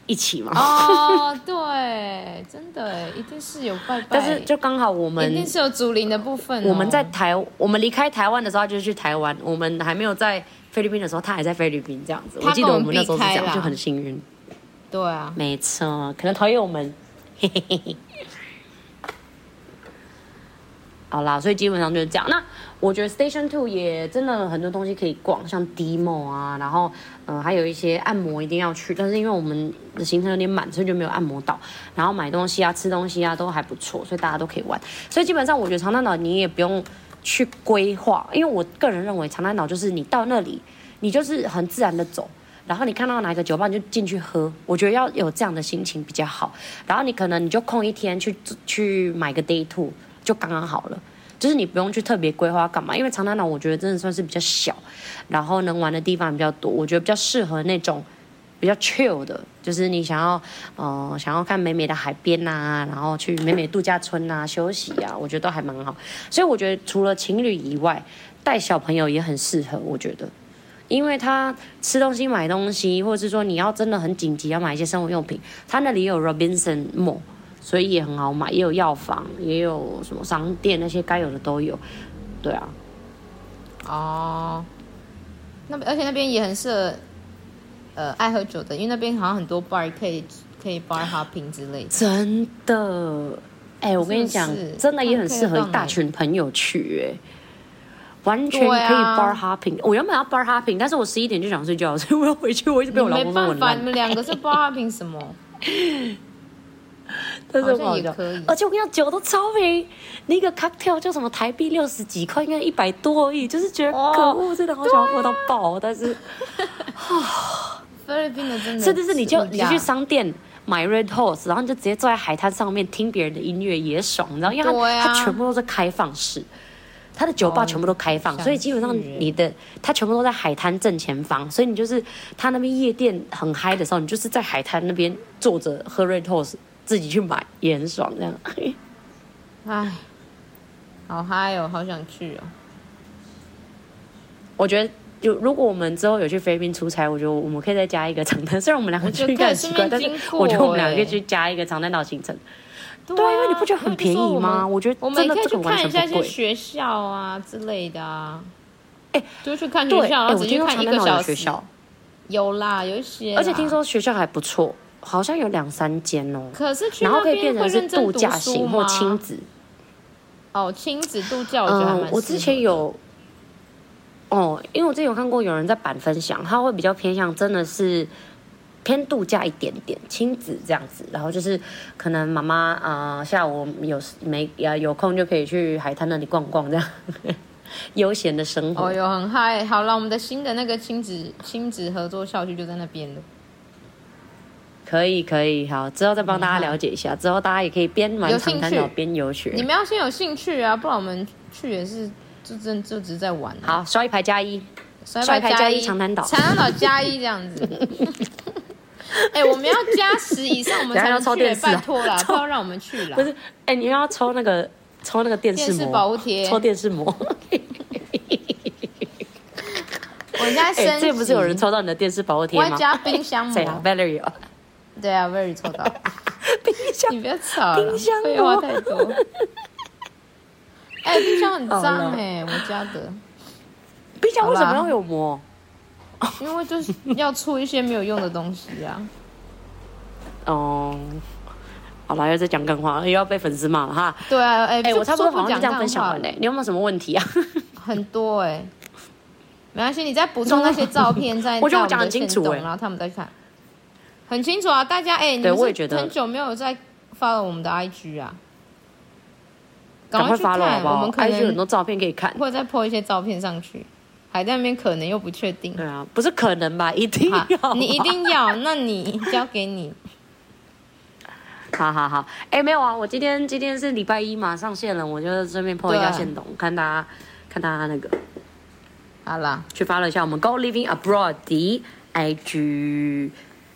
S1: 一起吗？
S2: 哦，对，真的哎，一定是有拜拜，
S1: 但是就刚好我
S2: 一
S1: 们
S2: 定是有竹林的部分哦、
S1: 我们在台我们离开台湾的时候，他就是去台湾；我们还没有在菲律宾的时候，他还在菲律宾这样子。
S2: 他
S1: 我记得
S2: 跟我
S1: 我们
S2: 们
S1: 那时候是
S2: 避
S1: 这
S2: 开啦
S1: 样，就很幸运。
S2: 对啊，
S1: 没错，可能讨厌我们。 [LAUGHS] 嘿嘿嘿嘿好啦，所以基本上就是这样。那我觉得 Station Two 也真的很多东西可以逛，像 Demo 啊，然后呃还有一些按摩一定要去，但是因为我们的行程有点满，所以就没有按摩到。然后买东西啊、吃东西啊都还不错，所以大家都可以玩。所以基本上我觉得长滩岛你也不用去规划，因为我个人认为长滩岛就是你到那里，你就是很自然的走，然后你看到哪一个酒吧你就进去喝，我觉得要有这样的心情比较好。然后你可能你就空一天去去买个 day two 就刚刚好了。就是你不用去特别规划干嘛，因为长滩岛我觉得真的算是比较小，然后能玩的地方比较多，我觉得比较适合那种比较 chill 的，就是你想要呃想要看美美的海边呐、然后去美美度假村呐、休息啊，我觉得都还蛮好。所以我觉得除了情侣以外，带小朋友也很适合，我觉得。因为他吃东西、买东西，或者是说你要真的很紧急要买一些生活用品，他那里也有 Robinson Mall，所以也很好买，也有药房，也有什么商店那些该有的都有。对啊，
S2: 哦，那边而且那边也很适合，呃，爱喝酒的，因为那边好像很多 bar 可以可以 bar hopping 之类的。
S1: 真的，哎、我跟你讲
S2: 是不是，
S1: 真的也很适合
S2: 看可以到
S1: 一大
S2: 哪里
S1: 群朋友去、哎，完全可
S2: 对
S1: 以
S2: 啊
S1: bar hopping、我原本要 bar hopping，但是我十一点就想睡觉，所以我要回去，我一直被我老
S2: 没
S1: 公说我
S2: 办法，
S1: 懒
S2: 你，们两个
S1: [LAUGHS]
S2: 是 bar hopping 什么？
S1: 但是我
S2: 好像
S1: 好
S2: 也
S1: 笑
S2: 可以
S1: 而且我跟你讲，酒都超便宜，那一个 cocktail 就什么台币六十几块，应该一百多而已，就是觉得
S2: 哦啊
S1: 可恶，真的好想要喝到爆，但是
S2: 菲律宾的真的，
S1: 甚至是你就你就去
S2: 上，
S1: 商店买 Red Horse，然后你就直接坐在海滩上面听别人的音乐也爽，你知道，因为它、
S2: 对啊
S1: 它全部都是开放式，它的酒吧
S2: 哦
S1: 全部都开放，
S2: 想
S1: 所以基本上
S2: 去耶
S1: 你的它全部都在海滩正前方，所以你就是它那边夜店很嗨的时候，你就是在海滩那边坐着喝 Red Horse，自己去买也很爽，这样。
S2: 唉，好嗨哦，好想去哦。
S1: 我觉得。就如果我们之后有去菲律宾出差，我觉得我们可以再加一个长 [LAUGHS] 滩。虽然我们两个
S2: 我
S1: 去
S2: 觉得
S1: 应该
S2: 可以
S1: 很奇怪，
S2: 顺
S1: 但
S2: 便
S1: 是
S2: 经过
S1: 我觉得我们两个可以
S2: 欸
S1: 去加一个长滩岛行程。
S2: 对
S1: 对啊，因为你不觉得很便宜吗？
S2: 我
S1: 我觉
S2: 我
S1: 得
S2: 们
S1: 真
S2: 也
S1: 的
S2: 可以
S1: 这
S2: 去
S1: 个完全
S2: 看一下一
S1: 不
S2: 些
S1: 贵。
S2: 学校啊之类的啊。
S1: 哎
S2: 就去看学
S1: 对，
S2: 校，
S1: 哎
S2: 然后
S1: 我
S2: 只
S1: 听
S2: 去
S1: 说
S2: 看
S1: 长
S2: 一
S1: 滩
S2: 个
S1: 岛
S2: 小
S1: 有
S2: 时
S1: 学。
S2: 啊
S1: 校，
S2: 有啦，有一些。
S1: 而且听，说学校还不错，好像有两三间哦。
S2: 可是去
S1: 然后
S2: 那
S1: 可以变
S2: 边
S1: 成
S2: 会
S1: 是
S2: 认真
S1: 度
S2: 读
S1: 假
S2: 书
S1: 型或
S2: 吗
S1: 亲子。
S2: 哦，亲子度假，我觉得还蛮适
S1: 嗯
S2: 合，的。
S1: 我之前有，哦，因为我之前有看过有人在版分享，他会比较偏向真的是偏度假一点点，亲子这样子，然后就是可能妈妈啊、呃下午有没呀有空就可以去海滩那里逛逛，这样 [LAUGHS] 悠闲的生活。
S2: 哦哟，很嗨！好了，我们的新的那个亲子亲子合作校区就在那边了。
S1: 可以可以，好，之后再帮大家了解一下，之后大家也可以边玩
S2: 嗯有
S1: 长
S2: 兴
S1: 滩
S2: 趣
S1: 岛边游
S2: 你
S1: 学。
S2: 们要先有兴趣啊，不然我们去也是就真就只是在玩、啊。
S1: 好，刷一排加一，
S2: 所以
S1: 帅
S2: 把
S1: 拍加
S2: 加
S1: 一长滩岛
S2: 长滩岛加一这样子。
S1: [LAUGHS]
S2: 哎、我们要加十以上，我们
S1: 等
S2: 才
S1: 下要
S2: 能
S1: 抽
S2: 去、
S1: 电视啊
S2: 拜托啦，不要让我们去啦
S1: 不。是，哎、你要抽那个抽那个电视
S2: 电视
S1: 膜，
S2: 保护贴
S1: 抽电视膜。
S2: 我们家
S1: 哎、
S2: 升
S1: 之前
S2: 级，
S1: 不是有人抽到你的电视保护贴
S2: 我还
S1: 吗？
S2: 加嗯冰
S1: [LAUGHS]
S2: 箱
S1: 谁啊
S2: 膜。
S1: ？Valerie 哦，
S2: 对啊，very 抽到。
S1: 冰箱
S2: 你不要吵了
S1: 冰箱，哦膜
S2: 废话太多。哎、冰箱
S1: [LAUGHS]
S2: 很
S1: 好
S2: 脏
S1: 了
S2: 哎、我家的，
S1: 冰箱为什么
S2: 好啦
S1: 要有膜？
S2: 因为就是要出一些没有用的东西
S1: [LAUGHS]
S2: 啊。
S1: 哦、好啦，又在讲干话，又要被粉丝骂了哈。
S2: 对啊，哎、
S1: 哎、
S2: 这
S1: 我差不多
S2: 说
S1: 好像就
S2: 讲
S1: 这样分享
S2: 脏话
S1: 完嘞、你有没有什么问题啊？
S2: 很多哎、没关系，你再补充那些照片，
S1: [LAUGHS]
S2: 再
S1: 我觉得我
S2: 在
S1: 讲
S2: 们
S1: 很
S2: 的
S1: 清
S2: 线
S1: 楚
S2: 动
S1: 哎
S2: 然后他们再看，很清楚啊。大家哎、你
S1: 对
S2: 们是
S1: 我也觉得
S2: 很久没有在发了我们的 IG 啊，赶
S1: 赶快
S2: 快去
S1: 发了好
S2: 看，
S1: 不好
S2: 我们可
S1: ？IG 很
S2: 能
S1: 多照片可以看。
S2: 会再 po 一些照片上去，还在那边可能又不确定
S1: 对。啊，不是可能吧？一定
S2: 好
S1: [LAUGHS] 要，啊
S2: 你一定要，那你交给你。
S1: 好好好，哎、没有啊，我今天今天是礼拜一嘛，上线了，我就顺便破一下
S2: 对啊
S1: 线动，看大家看大家那个
S2: 好啦，
S1: 去发了一下我们 Go Living Abroad 的 IG。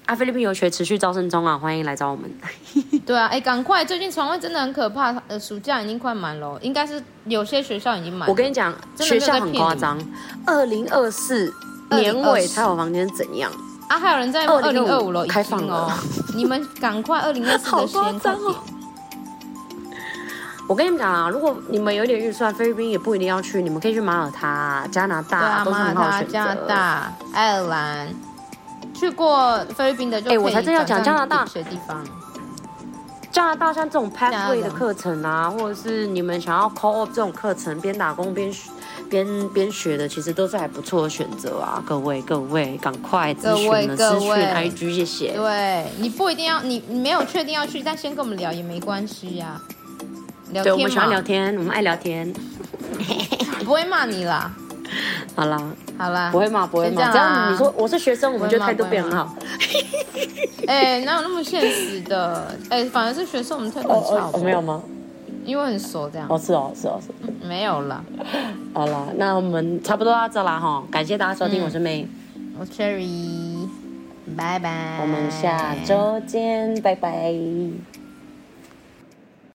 S1: 啊，菲律宾游学持续招生中啊，欢迎来找我们。
S2: 对啊，哎、赶快！最近床位真的很可怕，呃，暑假已经快满了，应该是有些学校已经满了。
S1: 我跟你讲，
S2: 真的
S1: 学
S2: 没有在
S1: 校
S2: 骗
S1: 很
S2: 你
S1: 夸张，二零二四年尾才有房间怎样？
S2: 啊，还有人在二零二
S1: 2025
S2: 五楼已经
S1: 开放
S2: 哦
S1: 了， [LAUGHS]
S2: 你们赶快二零二四
S1: 好
S2: 的
S1: 夸
S2: 先快
S1: 张
S2: 点
S1: 哦！我跟你们讲啊，如果你们有点预算，菲律宾也不一定要去，你们可以去马耳他、加拿大、
S2: 对啊，
S1: 都是
S2: 马
S1: 很好
S2: 耳
S1: 的
S2: 他、
S1: 选择。
S2: 加拿大、爱尔兰，去过菲律宾的就
S1: 哎我
S2: 可以
S1: 才正要讲
S2: 转
S1: 加拿
S2: 战
S1: 大
S2: 一些地方。
S1: 加拿大像这种
S2: 拿
S1: pathway
S2: 大
S1: 的课程啊，或者是你们想要 co op 这种课程，边打工边学边边学的，其实都是还不错的选择啊！各位各位，赶快咨询
S2: 各位
S1: 了，
S2: 各
S1: 咨询
S2: 位
S1: IG，谢谢。
S2: 对你不一定要，你你没有确定要去，但先跟我们聊也没关系呀、聊
S1: 对，我
S2: 天
S1: 们喜
S2: 嘛，
S1: 欢聊天，我们爱聊
S2: [LAUGHS]
S1: 天。
S2: 不会骂你啦。
S1: 好啦，
S2: 好啦，
S1: 不会骂，不会
S2: 先
S1: 骂。
S2: 这
S1: 只
S2: 样啦
S1: 要你说我是学生，我们就
S2: 不会骂
S1: 态度变很好。
S2: [LAUGHS] 哎、哪有那么现实的？哎、反而是学生我们态度很差，好不好
S1: 哦没有，吗？
S2: 因为很熟这样，
S1: 哦，是哦，是哦，是哦。
S2: 没有啦。
S1: 好啦，那我们差不多到这啦哈，感谢大家收
S2: 嗯
S1: 听，我是妹，
S2: 我 Cherry，拜拜，
S1: 我们下周见，拜拜。